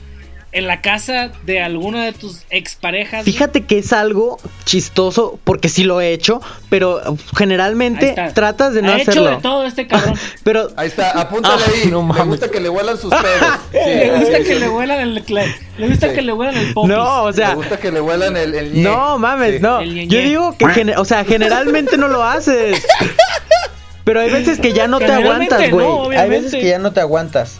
en la casa de alguna de tus exparejas. güey. Fíjate que es algo chistoso porque sí lo he hecho, pero Ahí generalmente está. tratas de no ha hacerlo. hecho de todo este *laughs* cabrón. Pero Ahí está, apúntale Ah, ahí. no le mames. gusta que le huelan sus *laughs* pedos. Sí, le gusta sí, que sí. le huelan el cla- le gusta Sí. que le huelan el popis. no, o le sea, gusta que le huelan el, el ñe. no mames, Sí. no. El ñe, Yo ñe. digo que, gene- o sea, generalmente no lo haces. Pero hay veces que ya no te Generalmente aguantas, no, güey. hay obviamente. veces que ya no te aguantas.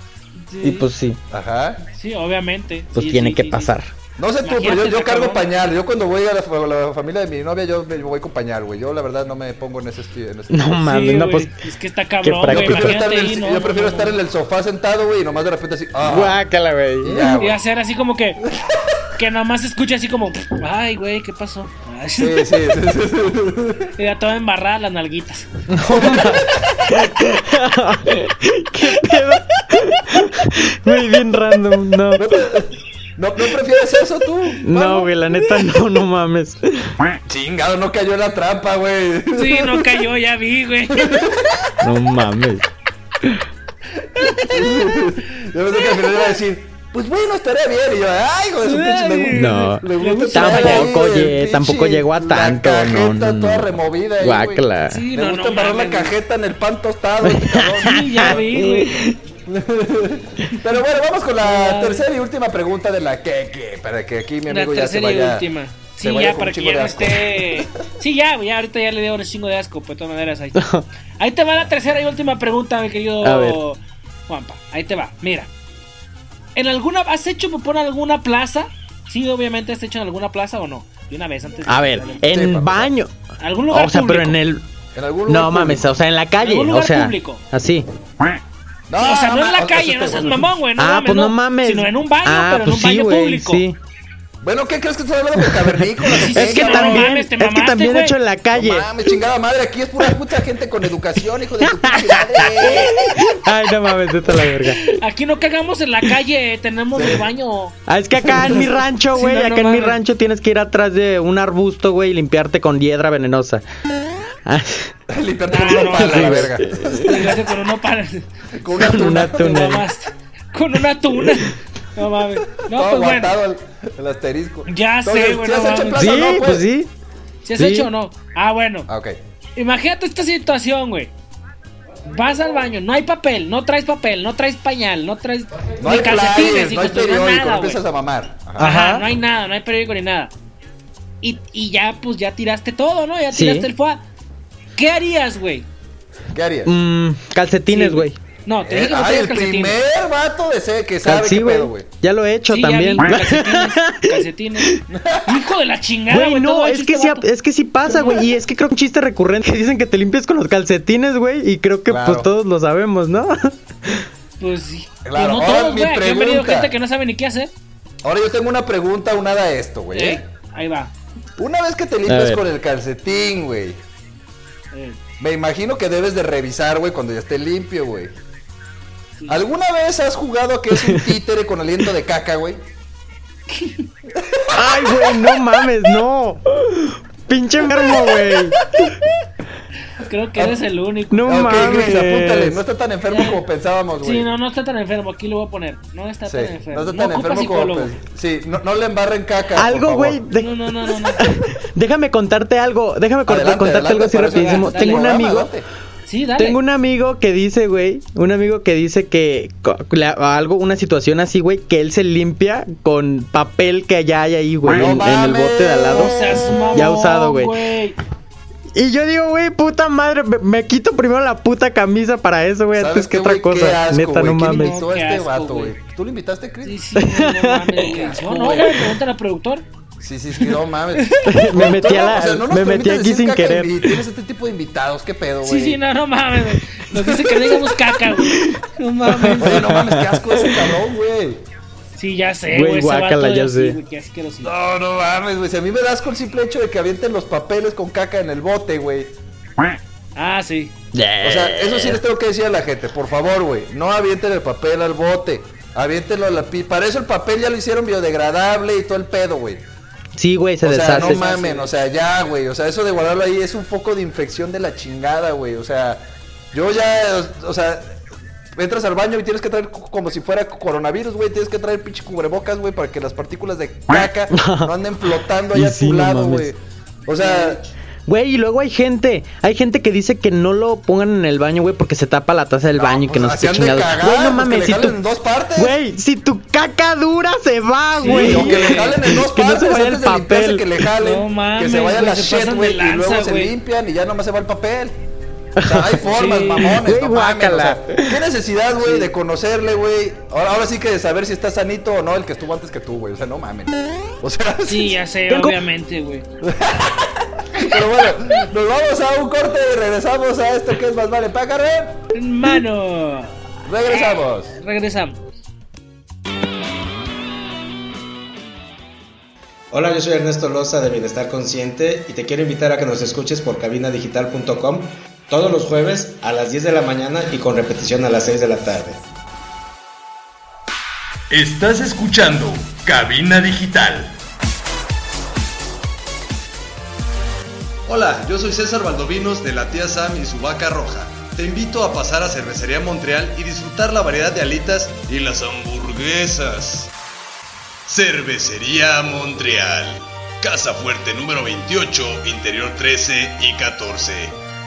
Sí, Y pues sí, Ajá. sí, obviamente. pues Sí, tiene sí, que sí, sí. pasar. No sé tú, pero yo, Imagínate, yo cargo cabrón. pañal. Yo cuando voy a la, fa- la familia de mi novia, yo me voy con pañal, güey. Yo la verdad no me pongo en ese estilo. En ese No Sí, mames, no güey, pues es que está cabrón, Yo yo güey, prefiero, estar imagínate en el, ahí, no, yo prefiero no, estar no. en el sofá sentado, güey, y nomás de repente así. ah, *laughs* guácala, güey. y ya, Y güey. hacer así como que Que nomás se escucha así como, ay, güey, ¿qué pasó? Ay. Sí, sí, sí, sí, Y *laughs* ya toda embarrada las nalguitas. *laughs* ¿Qué pedo? Muy bien random, no. ¿No, ¿no prefieres eso tú? No, güey, la neta no, no mames. Chingado, no cayó en la trampa, güey. *laughs* Sí, no cayó, ya vi, güey. No mames. Yo pensé que al final iba a decir, pues bueno, estaría bien. Y yo, ay, güey, su pinche le gusta. No. le gusta ahí Tampoco, el oye, pinche- tampoco llegó a tanto, La no, cajeta no, no. toda removida ahí, güey. Guácala. Sí, Le no, gusta no. embarrar la mames. cajeta en el pan tostado, este cabrón. Sí, ya vi, güey. Pero bueno, vamos con la tercera y última pregunta de la Keke. Para que aquí mi La amigo ya se tercera y vaya. última. se Sí, vaya ya, con para un que chingo ya de no asco. esté. Sí, ya, ya, ahorita ya le dio un chingo de asco, pues de todas maneras. Ahí, está. *laughs* ahí te va la tercera y última pregunta, mi querido A ver. Juanpa. Ahí te va, mira. ¿En alguna, ¿Has hecho popó en alguna plaza? Sí, obviamente, ¿has hecho en alguna plaza o no? De una vez antes. de- A ver, Sí, en papá. baño. ¿Algún lugar O sea, pero público? en el. En algún lugar No mames, público. o sea, en la En calle. algún O lugar sea, público. así. Sí, o sea, no en mames, la o sea, calle, sí no te- seas mamón, güey. No ah, mames, pues no no. mames. Sino en un baño, Ah, pero pues en un baño güey, público. sí. Bueno, ¿qué crees que estás hablando de cavernícolas? Sí, sí, Es que no también, mames, te es que mamaste, también güey. he hecho en la *laughs* calle. No mames, chingada madre, aquí es pura puta gente con educación, hijo de tu pinche madre. *laughs* Ay, no mames, vete a la verga. Aquí no cagamos en la calle, tenemos *laughs* el baño. Ah, es que acá en mi *laughs* rancho, Sí, güey, no, no acá en mi mames. rancho tienes que ir atrás de un arbusto, güey, y limpiarte con hiedra venenosa. Ah, Limpiarte con *laughs* una no, pala, la sí. verga. Llegaste con uno para. Con una Con tuna. una Te Túnel. mamaste. Con una tuna. No mames. No, *laughs* todo pues bueno. aguantado el, el asterisco. Ya sé, Entonces, ¿sí bueno, has hecho mames. plaza sí, o no, pues sí. ¿Si has Sí. hecho o no? Ah, bueno. Ah, ok. Imagínate esta situación, güey. Vas al baño, no hay papel, no traes papel, no traes pañal, no traes No ni hay calcetines, flyers, ni no hay periódico, nada, güey. empiezas a mamar. Ajá. Ajá, Ajá. no hay nada, no hay periódico ni nada. Y, y ya, pues ya tiraste todo, ¿no? Ya Sí. tiraste el foie. ¿Qué harías, güey? ¿Qué harías? Mm, calcetines, Sí, güey. No, te dije Eh, que no ay, traes el calcetines. primer vato de C que sabe Cal- sí, qué güey. pedo, güey. Ya lo he hecho Sí, ya también. *laughs* vi, calcetines, calcetines. Hijo de la chingada, Güey, güey. no, todo es hecho que, este sí, vato. es que sí pasa, güey. Y es que creo que un chiste recurrente *laughs* que dicen que te limpies con los calcetines, güey. Y creo que Claro. pues todos lo sabemos, ¿no? *laughs* Pues sí. Pues Claro, no ahora todos, mi güey. Aquí han venido pregunta. gente que no sabe ni qué hacer. Ahora yo tengo una pregunta unada a esto, güey. ¿Eh? Ahí va. Una vez que te A limpias ver. con el calcetín, güey. Eh, Me imagino que debes de revisar, güey, cuando ya esté limpio, güey. ¿Alguna vez has jugado a que *laughs* es un títere con aliento de caca, güey? Ay, güey, no mames, no. Pinche *laughs* enfermo, güey. Creo que eres el único. No ok, mames. Gris, apúntale. No está tan enfermo *laughs* como pensábamos, güey. Sí, no, no está tan enfermo. Aquí lo voy a poner. No está Sí, tan no enfermo. está tan ocupa enfermo como pues. psicólogo. pens- Sí, no, no le embarren caca. Algo, por favor. güey. de- No, no, no, no. no. Déjame contarte algo. Déjame cort- Adelante, contarte adelante, algo así para eso rapidísimo. adelante, Tengo un programa, amigo. adelante. Sí, dale. Tengo un amigo que dice, güey, un amigo que dice que co- la- algo, una situación así, güey, que él se limpia con papel que allá hay ahí, güey, No en, en el mames. bote de al lado. No seas mamón, Ya usado, güey. güey. Y yo digo, güey, puta madre, me, me quito primero la puta camisa para eso, güey, ¿Sabes antes que qué, otra güey? Qué cosa. asco, Neta, güey. no ¿Quién mames. invitó a Qué este asco, vato, güey. güey? ¿Tú lo invitaste, Chris? Sí, sí, *laughs* no, no mames. güey. asco, No, no, güey. güey, pregúntale al productor. Sí, sí, sí, no *laughs* mames. *laughs* Me metí, a la- O sea, no nos me metí permites aquí decir sin caca querer. Y tienes este tipo de invitados, qué pedo, güey. Sí, sí, no, no mames, güey. Nos dice que no digamos caca, güey. No Oye, no mames. mames, qué asco ese cabrón, güey. Sí, ya sé, Güey, güey. ese guácala, vato ya es sé. así, güey, Qué asquerosidad. *laughs* No, no mames, güey. Si a mí me das con el simple hecho de que avienten los papeles con caca en el bote, güey. Ah, sí. O sea, eso sí les tengo que decir a la gente. Por favor, güey. No avienten el papel al bote. Aviéntenlo a la pi... Para eso el papel ya lo hicieron biodegradable y todo el pedo, güey. Sí, güey, se o sea, deshace. no mamen, o sea, ya, güey. O sea, eso de guardarlo ahí es un foco de infección de la chingada, güey. O sea, yo ya, o, o sea, entras al baño y tienes que traer co- como si fuera coronavirus, güey. Tienes que traer pinche cubrebocas, güey, para que las partículas de caca no anden flotando *laughs* Y allá sí, a tu no lado, mames. güey. O sea, Güey, y luego hay gente, hay gente que dice que no lo pongan en el baño, güey, porque se tapa la taza del baño y que no pues, sé qué así han de chingados. cagar, Güey, no pues, mames, que si le tu jalen en dos partes. Güey, si tu caca dura se va, güey. o que le jalen en dos Que no partes se vaya el antes de limpiarse, papel. que le jalen. No mames, que se vaya güey, la se shit, pasan de güey, y lanza, luego se güey. limpian y ya nomás se va el *laughs* papel. O sea, hay formas, Sí. mamones, Güey, no mames, o sea, guácala. ¿Qué necesidad, güey, de conocerle, güey? Ahora, ahora sí que de saber si está sanito o no el que estuvo antes que tú, güey. O sea, no mames. O sea, *laughs* Sí, ya sé, Tengo- obviamente, güey. Pero bueno, nos vamos a un corte y regresamos a esto que es Más Vale Pájaro. Mano. Regresamos. Regresamos. Hola, yo soy Ernesto Loza de Bienestar Consciente y te quiero invitar a que nos escuches por cabinadigital.com todos los jueves a las 10 de la mañana y con repetición a las 6 de la tarde. Estás escuchando Cabina Digital. Hola, yo soy César Valdovinos de la tía Sam y su vaca roja. Te invito a pasar a Cervecería Montreal y disfrutar la variedad de alitas y las hamburguesas. Cervecería Montreal. Casa Fuerte número 28, Interior 13 y 14.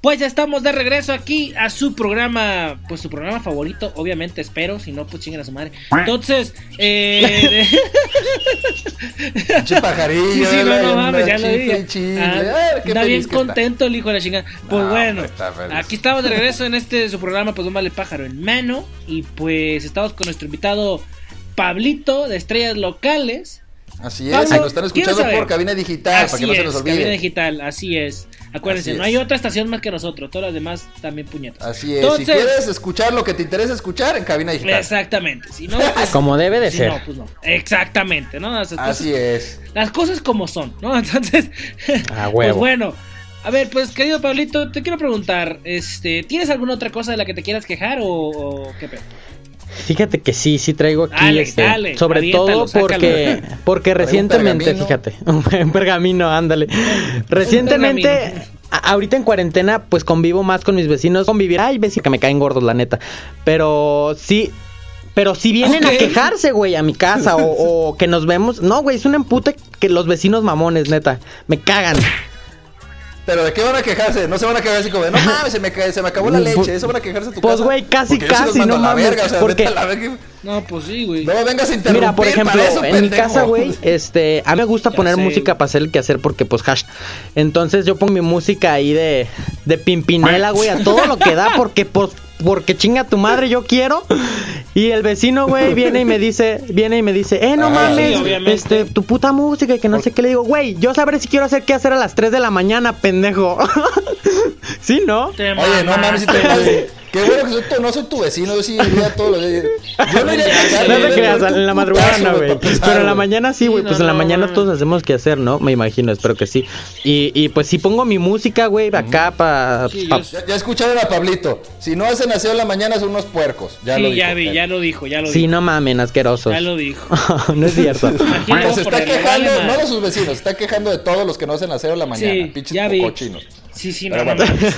Pues ya estamos de regreso aquí a su programa, pues su programa favorito, obviamente espero, si no, pues chinguen a su madre. Entonces, *laughs* eh... Pinche pajarillo, *laughs* Sí, sí, no, ¿verdad? no mames, ya Anda, lo dije. chin, chin, Ah, ay, qué Está feliz bien que está. contento el hijo de la chingada. Pues No, bueno, pues, está feliz. aquí estamos de regreso en este su programa, pues un vale pájaro en mano. Y pues estamos con nuestro invitado Pablito de Estrellas Locales. Así Pablo, es, y nos están ¿quieres escuchando saber? por cabina digital, para Así que no se nos es, Cabina olvide. digital, así es. Acuérdense, Así no es. hay otra estación más que nosotros, todas las demás también puñetas. Así es, si Entonces- quieres escuchar lo que te interesa escuchar en cabina digital. Exactamente, si no, pues, Como debe de si ser. no, pues no. Exactamente, ¿no? Entonces, Así es. Las cosas como son, ¿no? *laughs* Entonces, A pues huevo. bueno. A ver, pues querido Pablito, te quiero preguntar, este, ¿tienes alguna otra cosa de la que te quieras quejar o, o qué pedo? Fíjate que sí, sí traigo aquí. Dale, este, dale, sobre aviéntalo, *laughs* todo porque, sácalo. porque recientemente, pergamino. fíjate, *laughs* un pergamino, ándale. Recientemente, pergamino. a- ahorita en cuarentena, pues convivo más con mis vecinos. Convivir, ay, vecinos que me caen gordos, la neta. Pero sí. Pero si vienen Ok. a quejarse, güey, a mi casa o, o que nos vemos. No, güey, es un empute que los vecinos mamones, neta. Me cagan. Pero ¿de qué van a quejarse? No se van a quejar así como de, no mames, se me, ca- se me acabó la leche, eso van a quejarse en tu Pues, casa. güey, casi, Porque yo sí los casi, mando no a la mames, verga, o sea, porque- vete a la verga. No, pues sí, güey. No me vengas a interrumpir Mira, por ejemplo, para eso, en mi pendejo. casa, güey, este, a mí me gusta Ya poner sé, música güey. para hacer el quehacer porque, pues, hash. Entonces yo pongo mi música ahí de, de pimpinela, güey, a todo lo que da porque, pues, porque chinga tu madre, yo quiero. Y el vecino, güey, viene y me dice, viene y me dice, eh, no Ah, mames, sí, obviamente. este, tu puta música y que no sé qué le digo, güey, yo sabré si quiero hacer qué hacer a las 3 de la mañana, pendejo. *laughs* ¿Sí, no? Te Oye, no mames, si te mamaste, güey. mames. Qué bueno que soy tu- no soy tu vecino, yo sí iría todos los días. Yo no iría a Ya, quejarme, No sí, te güey, creas, pero en la un madrugada putazo, no, güey, güey. para empezar, Pero en la güey. mañana sí, güey. Sí, Pues no, en la no, mañana mames. todos hacemos que hacer, ¿no? Me imagino, espero que sí. Y, y pues sí pongo mi música, güey, acá para. Sí, yo- Ya, ya escucharon a Pablito. Si no hacen aseo en la mañana son unos puercos. Ya sí, lo dijo, ya vi, Pepe. ya lo dijo, ya lo Sí, dijo. no pues. mamen, asquerosos. Ya lo dijo. *laughs* no es cierto. Aquí le Bueno, vamos se a está poner, le quejando, vale no madre. de sus vecinos, se está quejando de todos los que no hacen aseo en la mañana. Sí, pinches ya vi. cochinos. Sí, sí, no, Pero no, bueno. mames.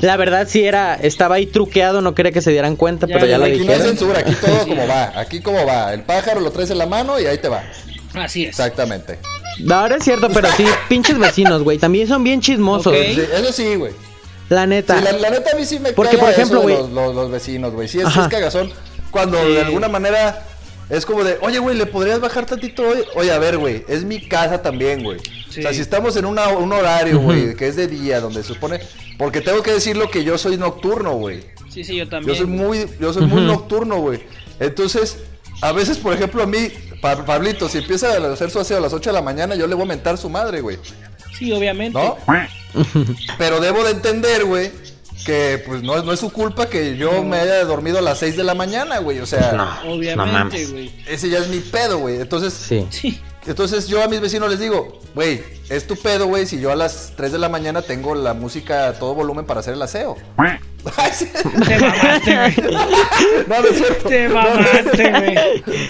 La verdad sí era, estaba ahí truqueado, no quería que se dieran cuenta, Ya, pero ya güey, lo Aquí no hay dijeron. censura, aquí todo como va, aquí como va. El pájaro lo traes en la mano y ahí te va. Así es. Exactamente. No, ahora es cierto, pero sí, pinches vecinos, güey. También son bien chismosos. Ok. Sí, eso sí, güey. La Sí, neta. la, la neta a mí sí me Porque, caga por eso ejemplo, de güey- los, los- los vecinos, güey. Sí, es, sí Ajá. es cagazón. Cuando de alguna manera es como de, oye, güey, ¿le podrías bajar tantito hoy? Oye, a ver, güey, es mi casa también, güey. O sea, Sí. si estamos en una- un horario, güey, que es de día, donde se supone... Porque tengo que decirlo que yo soy nocturno, güey. Sí, sí, yo Yo también. soy muy, yo soy muy nocturno, güey. Entonces, a veces, por ejemplo, a mí, Pa- Pablito, si empieza a hacer su aseo a las 8 de la mañana, yo le voy a mentar su madre, güey. Sí, obviamente. ¿No? Pero debo de entender, güey, que pues no, es- no es su culpa que yo me haya dormido a las 6 de la mañana, güey. O sea, No, no Obviamente, mames. güey. ese ya es mi pedo, güey. Entonces, Sí. Sí. entonces yo a mis vecinos les digo, güey, es tu pedo, güey, si yo a las 3 de la mañana tengo la música a todo volumen para hacer el *laughs* aseo. Ay, sí. Te mamaste, güey. no, no es cierto. *laughs* Te mamaste, güey.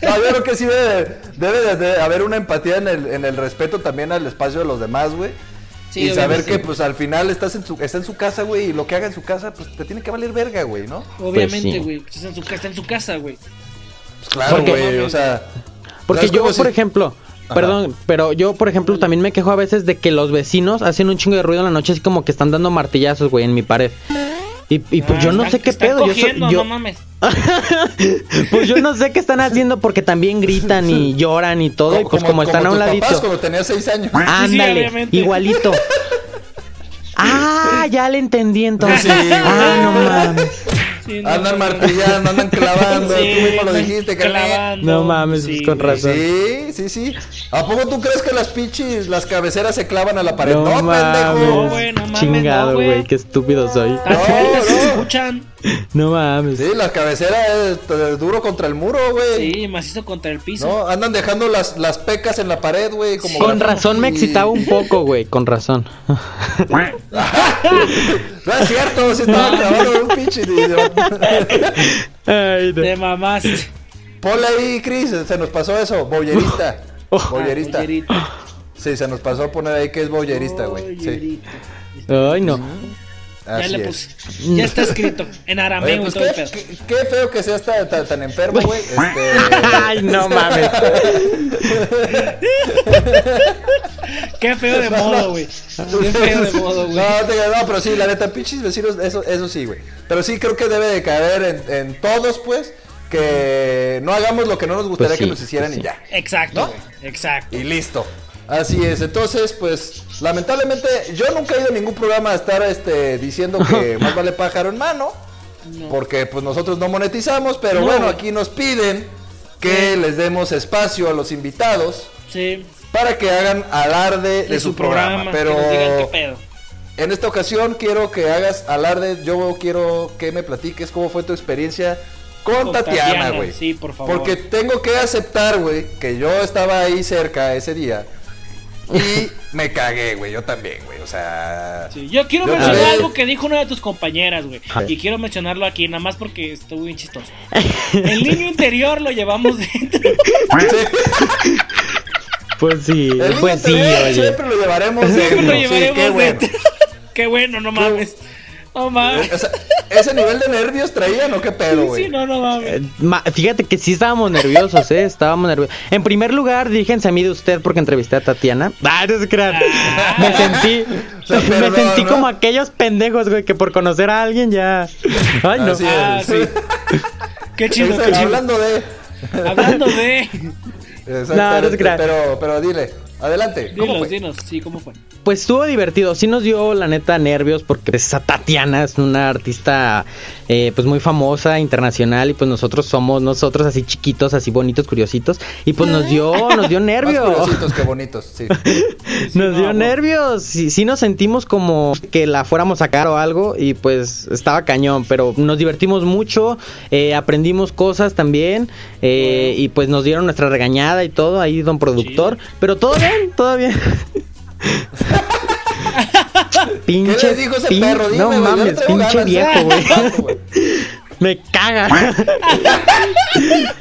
No, yo creo que sí debe, debe de, de haber una empatía en el, en el respeto también al espacio de los demás, güey. Sí, y saber obviamente. que pues al final estás en su, está en su casa, güey, y lo que haga en su casa, pues te tiene que valer verga, güey, ¿no? Pues sí. Obviamente, güey. Pues está en su casa, está en su casa, güey. Pues claro, Porque- güey, o sea... Porque ¿sabes yo, cómo por si- ejemplo, Ajá. perdón, pero yo, por ejemplo, también me quejo a veces de que los vecinos hacen un chingo de ruido en la noche, así como que están dando martillazos, güey, en mi pared. Y, y pues Ah, yo no están- sé qué están pedo. Yo, cogiendo, soy- yo- no mames. *laughs* pues yo no sé qué están haciendo porque también gritan y lloran y todo. Y pues como, están a un tus ladito. papás cuando tenía 6 *laughs* años. Ándale, *laughs* igualito. Ah, ya le entendí entonces. ah, no mames. andan martillando, andan clavando. Sí, tú mismo lo andan dijiste, carnal. No mames, pues con razón. Sí, sí, sí. ¿A poco tú crees que las pinches, las cabeceras se clavan a la pared? No, No pendejo. mames. Chingado, güey. Qué estúpido soy. escuchan. *laughs* No mames. Sí, las cabeceras es t- duro contra el muro, güey. Sí, macizo contra el piso. No, andan dejando las, las pecas en la pared, güey. como Con grafón. razón me Y- excitaba un poco, güey. Con *laughs* razón. No es cierto, se estaba clavando en un pinche. *laughs* Te mamaste. *laughs* Ponle ahí, Chris, se nos pasó eso. Boyerista. Oh. Boyerista. Ah, Sí, se nos pasó poner ahí que es boyerista, güey. Sí. *laughs* Ay, no. Ya Así le es. puse. Ya está escrito en Oye, arameo y pues, todo el qué, pedo. qué- qué feo que seas tan, tan- tan enfermo, *laughs* güey. Este... Ay, no mames. Qué feo *laughs* de modo, güey. Qué feo de modo, güey. No, te- no, pero sí, la neta, pinches vecinos, eso, eso sí, güey. Pero sí creo que debe de caer en, en todos, pues, que no hagamos lo que no nos gustaría sí, que nos hicieran pues y sí. ya. Exacto, güey. Exacto. Y listo. Así es, entonces, pues, lamentablemente, yo nunca he ido a ningún programa a estar este, diciendo *laughs* que más vale pájaro en mano, porque pues nosotros no monetizamos, pero No, bueno, güey. aquí nos piden que les demos espacio a los invitados Sí. para que hagan alarde de, De su programa. pero que nos digan qué pedo. en esta ocasión quiero que hagas alarde, yo quiero que me platiques cómo fue tu experiencia con, Con Tatiana, Tatiana, güey. sí, por favor. Porque tengo que aceptar, güey, que yo estaba ahí cerca ese día *laughs* y me cagué, güey, yo también, güey, o sea... Yo quiero Yo mencionar también. algo que dijo una de tus compañeras, güey. A ver. Y quiero mencionarlo aquí, nada más porque estuvo bien chistoso. El niño interior lo llevamos dentro. Pues sí, El niño pues sí, interior oye. siempre lo llevaremos Siempre dentro, lo sí, llevaremos *laughs* qué bueno. dentro. *laughs* Qué bueno, no mames. No mames. O sea, ¿Ese nivel de nervios traían o qué pedo, Sí, güey? sí, no, no mames. Eh, ma- fíjate que sí estábamos nerviosos, ¿eh? Estábamos nerviosos. En primer lugar, diríjense a mí de usted porque entrevisté a Tatiana. Ah, no se crean. Me sentí, sea, pero me no, sentí Ah. ¿no? como aquellos pendejos, güey, que por conocer a alguien ya. Ay, no. Así es. Ah, *laughs* sí. Qué chido, Entonces, qué chido. Hablando de... Hablando de. No, no Exactamente, es grave. pero, pero dile, adelante. ¿cómo Dinos, fue? dinos, sí, ¿cómo fue? Pues estuvo divertido, sí nos dio la neta nervios porque esa Tatiana es una artista eh, pues muy famosa, internacional y pues nosotros somos nosotros así chiquitos, así bonitos, curiositos y pues nos dio, nos dio nervios. Más curiositos que bonitos, *laughs* sí. Nos dio nervios, sí, sí nos sentimos como que la fuéramos a sacar o algo y pues estaba cañón, pero nos divertimos mucho, eh, aprendimos cosas también eh, y pues nos dieron nuestra regañada y todo ahí don productor, pero todo bien, todo *laughs* bien. pinche, ¿Qué les dijo ese pin- perro? Dime, no güey, yo le mames, traigo pinche ganas. viejo, *laughs* güey. *laughs* Me caga. *laughs*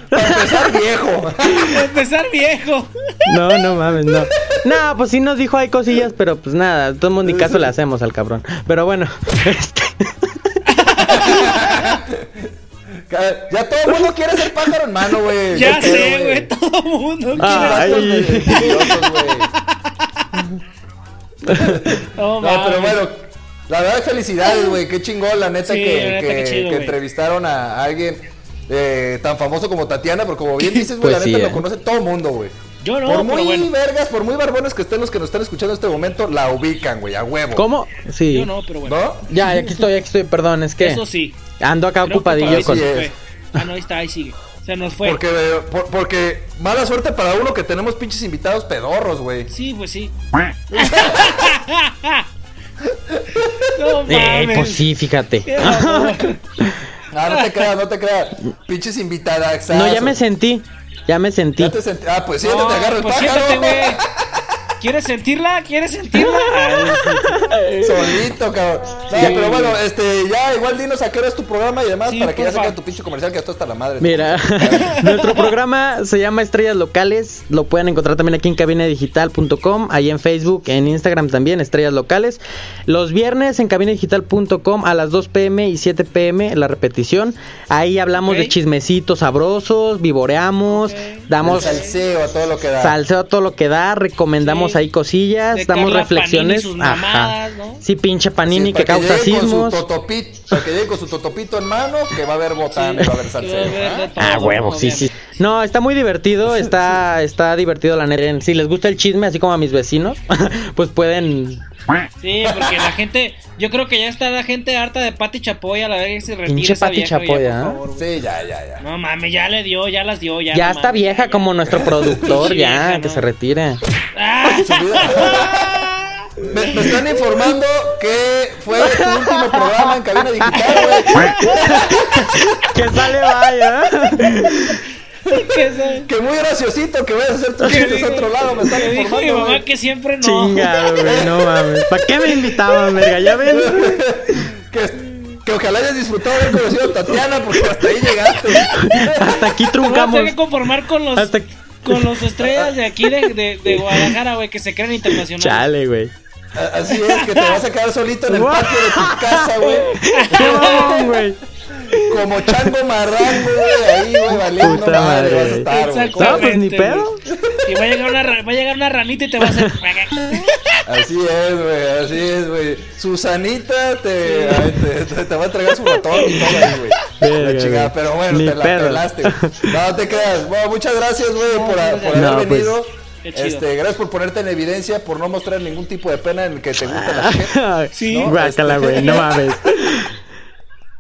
Para empezar viejo. *laughs* Empezar viejo. No, no mames, no. No, pues sí nos dijo hay cosillas, pero pues nada, de todos modos ni caso le hacemos al cabrón. Pero bueno, este, Ca- Ya todo el mundo quiere ser pájaro en mano, güey. Ah, Ya Yo quiero, sé, güey, todo mundo Ah, Ay. quiere. *laughs* Pinches vatos mentirosos, güey. No, pero No, mames. bueno, la verdad, felicidades, güey. Qué chingón, la neta, Sí, que, la neta, que- qué chido, que güey. entrevistaron a alguien eh, tan famoso como Tatiana, porque como *laughs* bien dices, güey, Pues la sí, neta eh. lo conoce todo el mundo, güey. Yo no, por pero muy bueno. vergas, por muy barbones que estén los que nos están escuchando en este momento, la ubican, güey, a huevo. ¿cómo? Sí. Yo no, pero bueno. ¿No? Ya, aquí estoy, aquí estoy, perdón, es que Eso sí. ando acá creo que ocupadillo todavía con... se Así fue. es. Ah, no, ahí está, ahí sigue. Se nos fue. Porque, eh, por- porque mala suerte para uno que tenemos pinches invitados pedorros, güey. Sí, pues *laughs* sí. no Eh, mames. pues sí, fíjate. Qué mamón. Ah, *laughs* no te creas, no te creas. Pinches invitadas. *laughs* No, ya me sentí, ya me sentí. Ya te sent- Ah, pues siéntate, No, agarra el pues pájaro. *laughs* siéntate, güey. ¿Quieres sentirla? ¿Quieres *laughs* sentirla? Ay, Solito, cabrón. No, pero bueno, este, ya igual dinos a qué hora es tu programa y demás Sí, para que ya porfa. saque tu pinche comercial que esto está la madre. Mira, *laughs* nuestro programa se llama Estrellas Locales. Lo pueden encontrar también aquí en cabinadigital.com, ahí en Facebook, en Instagram también, Estrellas Locales. Los viernes en cabinadigital.com a las 2 pm y 7 pm, la repetición. Ahí hablamos Ok. de chismecitos sabrosos, vivoreamos, Ok. damos El salseo, a todo lo que da. salseo a todo lo que da, recomendamos damos ahí cosillas, De damos Carla reflexiones. Panini y sus Ajá. mamadas, ¿no? Sí, pinche Panini Sí, que para causa llegue con su sismos. totopit- para que llegue con su totopito en mano, que va a haber botán, y va a haber salseo. ¿ah? Ah, huevo, sí, sí. No, está muy divertido, está, está divertido la neta. Si les gusta el chisme, así como a mis vecinos, *laughs* pues pueden. Sí, porque la gente, yo creo que ya está la gente harta de Pati Chapoya, la vez que se retira Pinche esa Pati vieja, oye, Chapoya, por ¿eh? favor, güey. Sí, ya, ya, ya. No mames, ya le dio, ya las dio, ya. Ya, no está mames. vieja como *laughs* nuestro productor, ya, que se retire. Ah. *laughs* *laughs* Me, me están informando que fue tu último programa en cabina digital, güey. que sale vaya. *laughs* que muy graciosito que vayas a hacer tus chistes a otro lado, me están Que dijo informando. mi mamá güey. que siempre no. Chingado, güey, no mames. ¿Para qué me invitaban, verga? *laughs* Ya ven. *laughs* Que ojalá hayas disfrutado de haber conocido a Tatiana, porque hasta ahí llegaste. Hasta aquí Vamos a truncamos. tener que conformar con los, con los estrellas de aquí de, de, de Guadalajara, güey, que se creen internacionales. *laughs* Chale, güey. A- Así es, que te vas a quedar solito en el patio de tu casa, güey. Como chango marrango, güey, ahí, güey, valiendo Puta madre, madre, vas a estar, güey. Exactamente, No, pues ni güey. pedo. Y va a llegar una, ra- va a llegar una ranita y te va a hacer. *laughs* Así es, güey, así es, güey. Susanita te, ay, te, te- te va a entregar su ratón y todo ahí, güey. La Verga, chingada, güey. pero bueno, Ni te la pedo. pelaste, *laughs* güey. No, te creas. Bueno, muchas gracias, güey, por, a- por No, haber pues, venido. qué chido. Este, gracias por ponerte en evidencia, por no mostrar ningún tipo de pena en el que te gusta Ah. la gente. *laughs* Sí. No, Guácala, este- güey, no mames.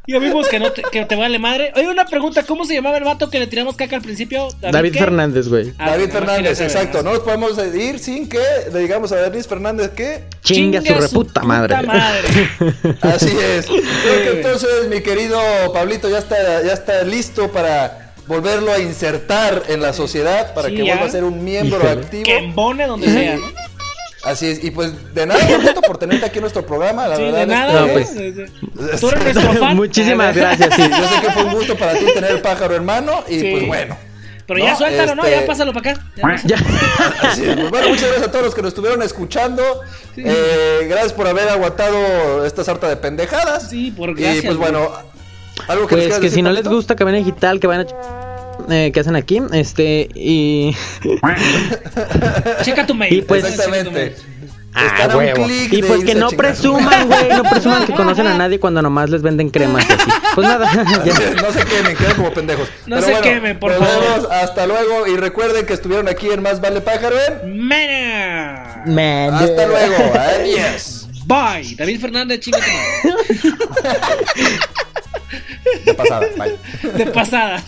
Ya vimos que, no te, que te vale madre. Oye, una pregunta: ¿cómo se llamaba el vato que le tiramos caca al principio? David qué? Fernández, güey. David Ah, nomás quería Fernández, saber, exacto. nomás. No nos podemos ir sin que le digamos a David Fernández que Chinga su reputa madre. *laughs* *laughs* Así es. Creo que entonces, mi querido Pablito, ya está, ya está listo para volverlo a insertar en la sociedad, para Sí, que ya. vuelva a ser un miembro Híjole. activo. Que embone donde sea. ¿no? Así es. Y pues, de nada, Pablito, por tenerte aquí en nuestro programa. La Sí, verdad de es nada, que- güey. pues, Tú *laughs* eres *laughs* nuestro fan. Muchísimas gracias, sí. Yo sé que fue un gusto para ti tener el pájaro hermano y Sí. pues bueno. Pero ya No, suéltalo, ¿no? Ya este- pásalo para acá. *laughs* Ya pásalo. Así es, pues, bueno, muchas gracias a todos los que nos estuvieron escuchando. Eh, gracias por haber aguantado esta sarta de pendejadas. Sí, por Y gracias, pues güey. bueno, algo que les Pues quieras que decir, si no les Pablito? gusta Cabina Digital, que vayan a... ch- Eh, que hacen aquí, este, y... Checa tu mail. Y pues- Exactamente. Ah, Están a un huevo. clic Y de pues irse que a no chingar. presuman, güey, no presuman que conocen a nadie cuando nomás les venden cremas y así. Pues nada, *laughs* ya. *laughs* no se quemen, quedan como pendejos. No se quemen, por nos favor. vemos, hasta luego y recuerden que estuvieron aquí en Más Vale Pájaro. ¿eh? Mena. Man, Hasta yeah. luego, adiós. Bye. David Fernández, chinga tu madre. *laughs* De pasada, bye. De pasada.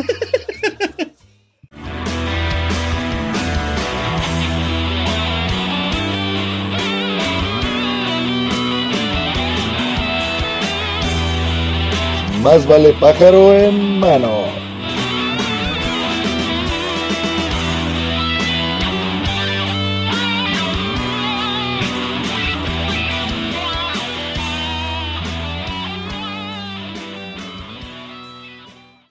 Más vale pájaro en mano.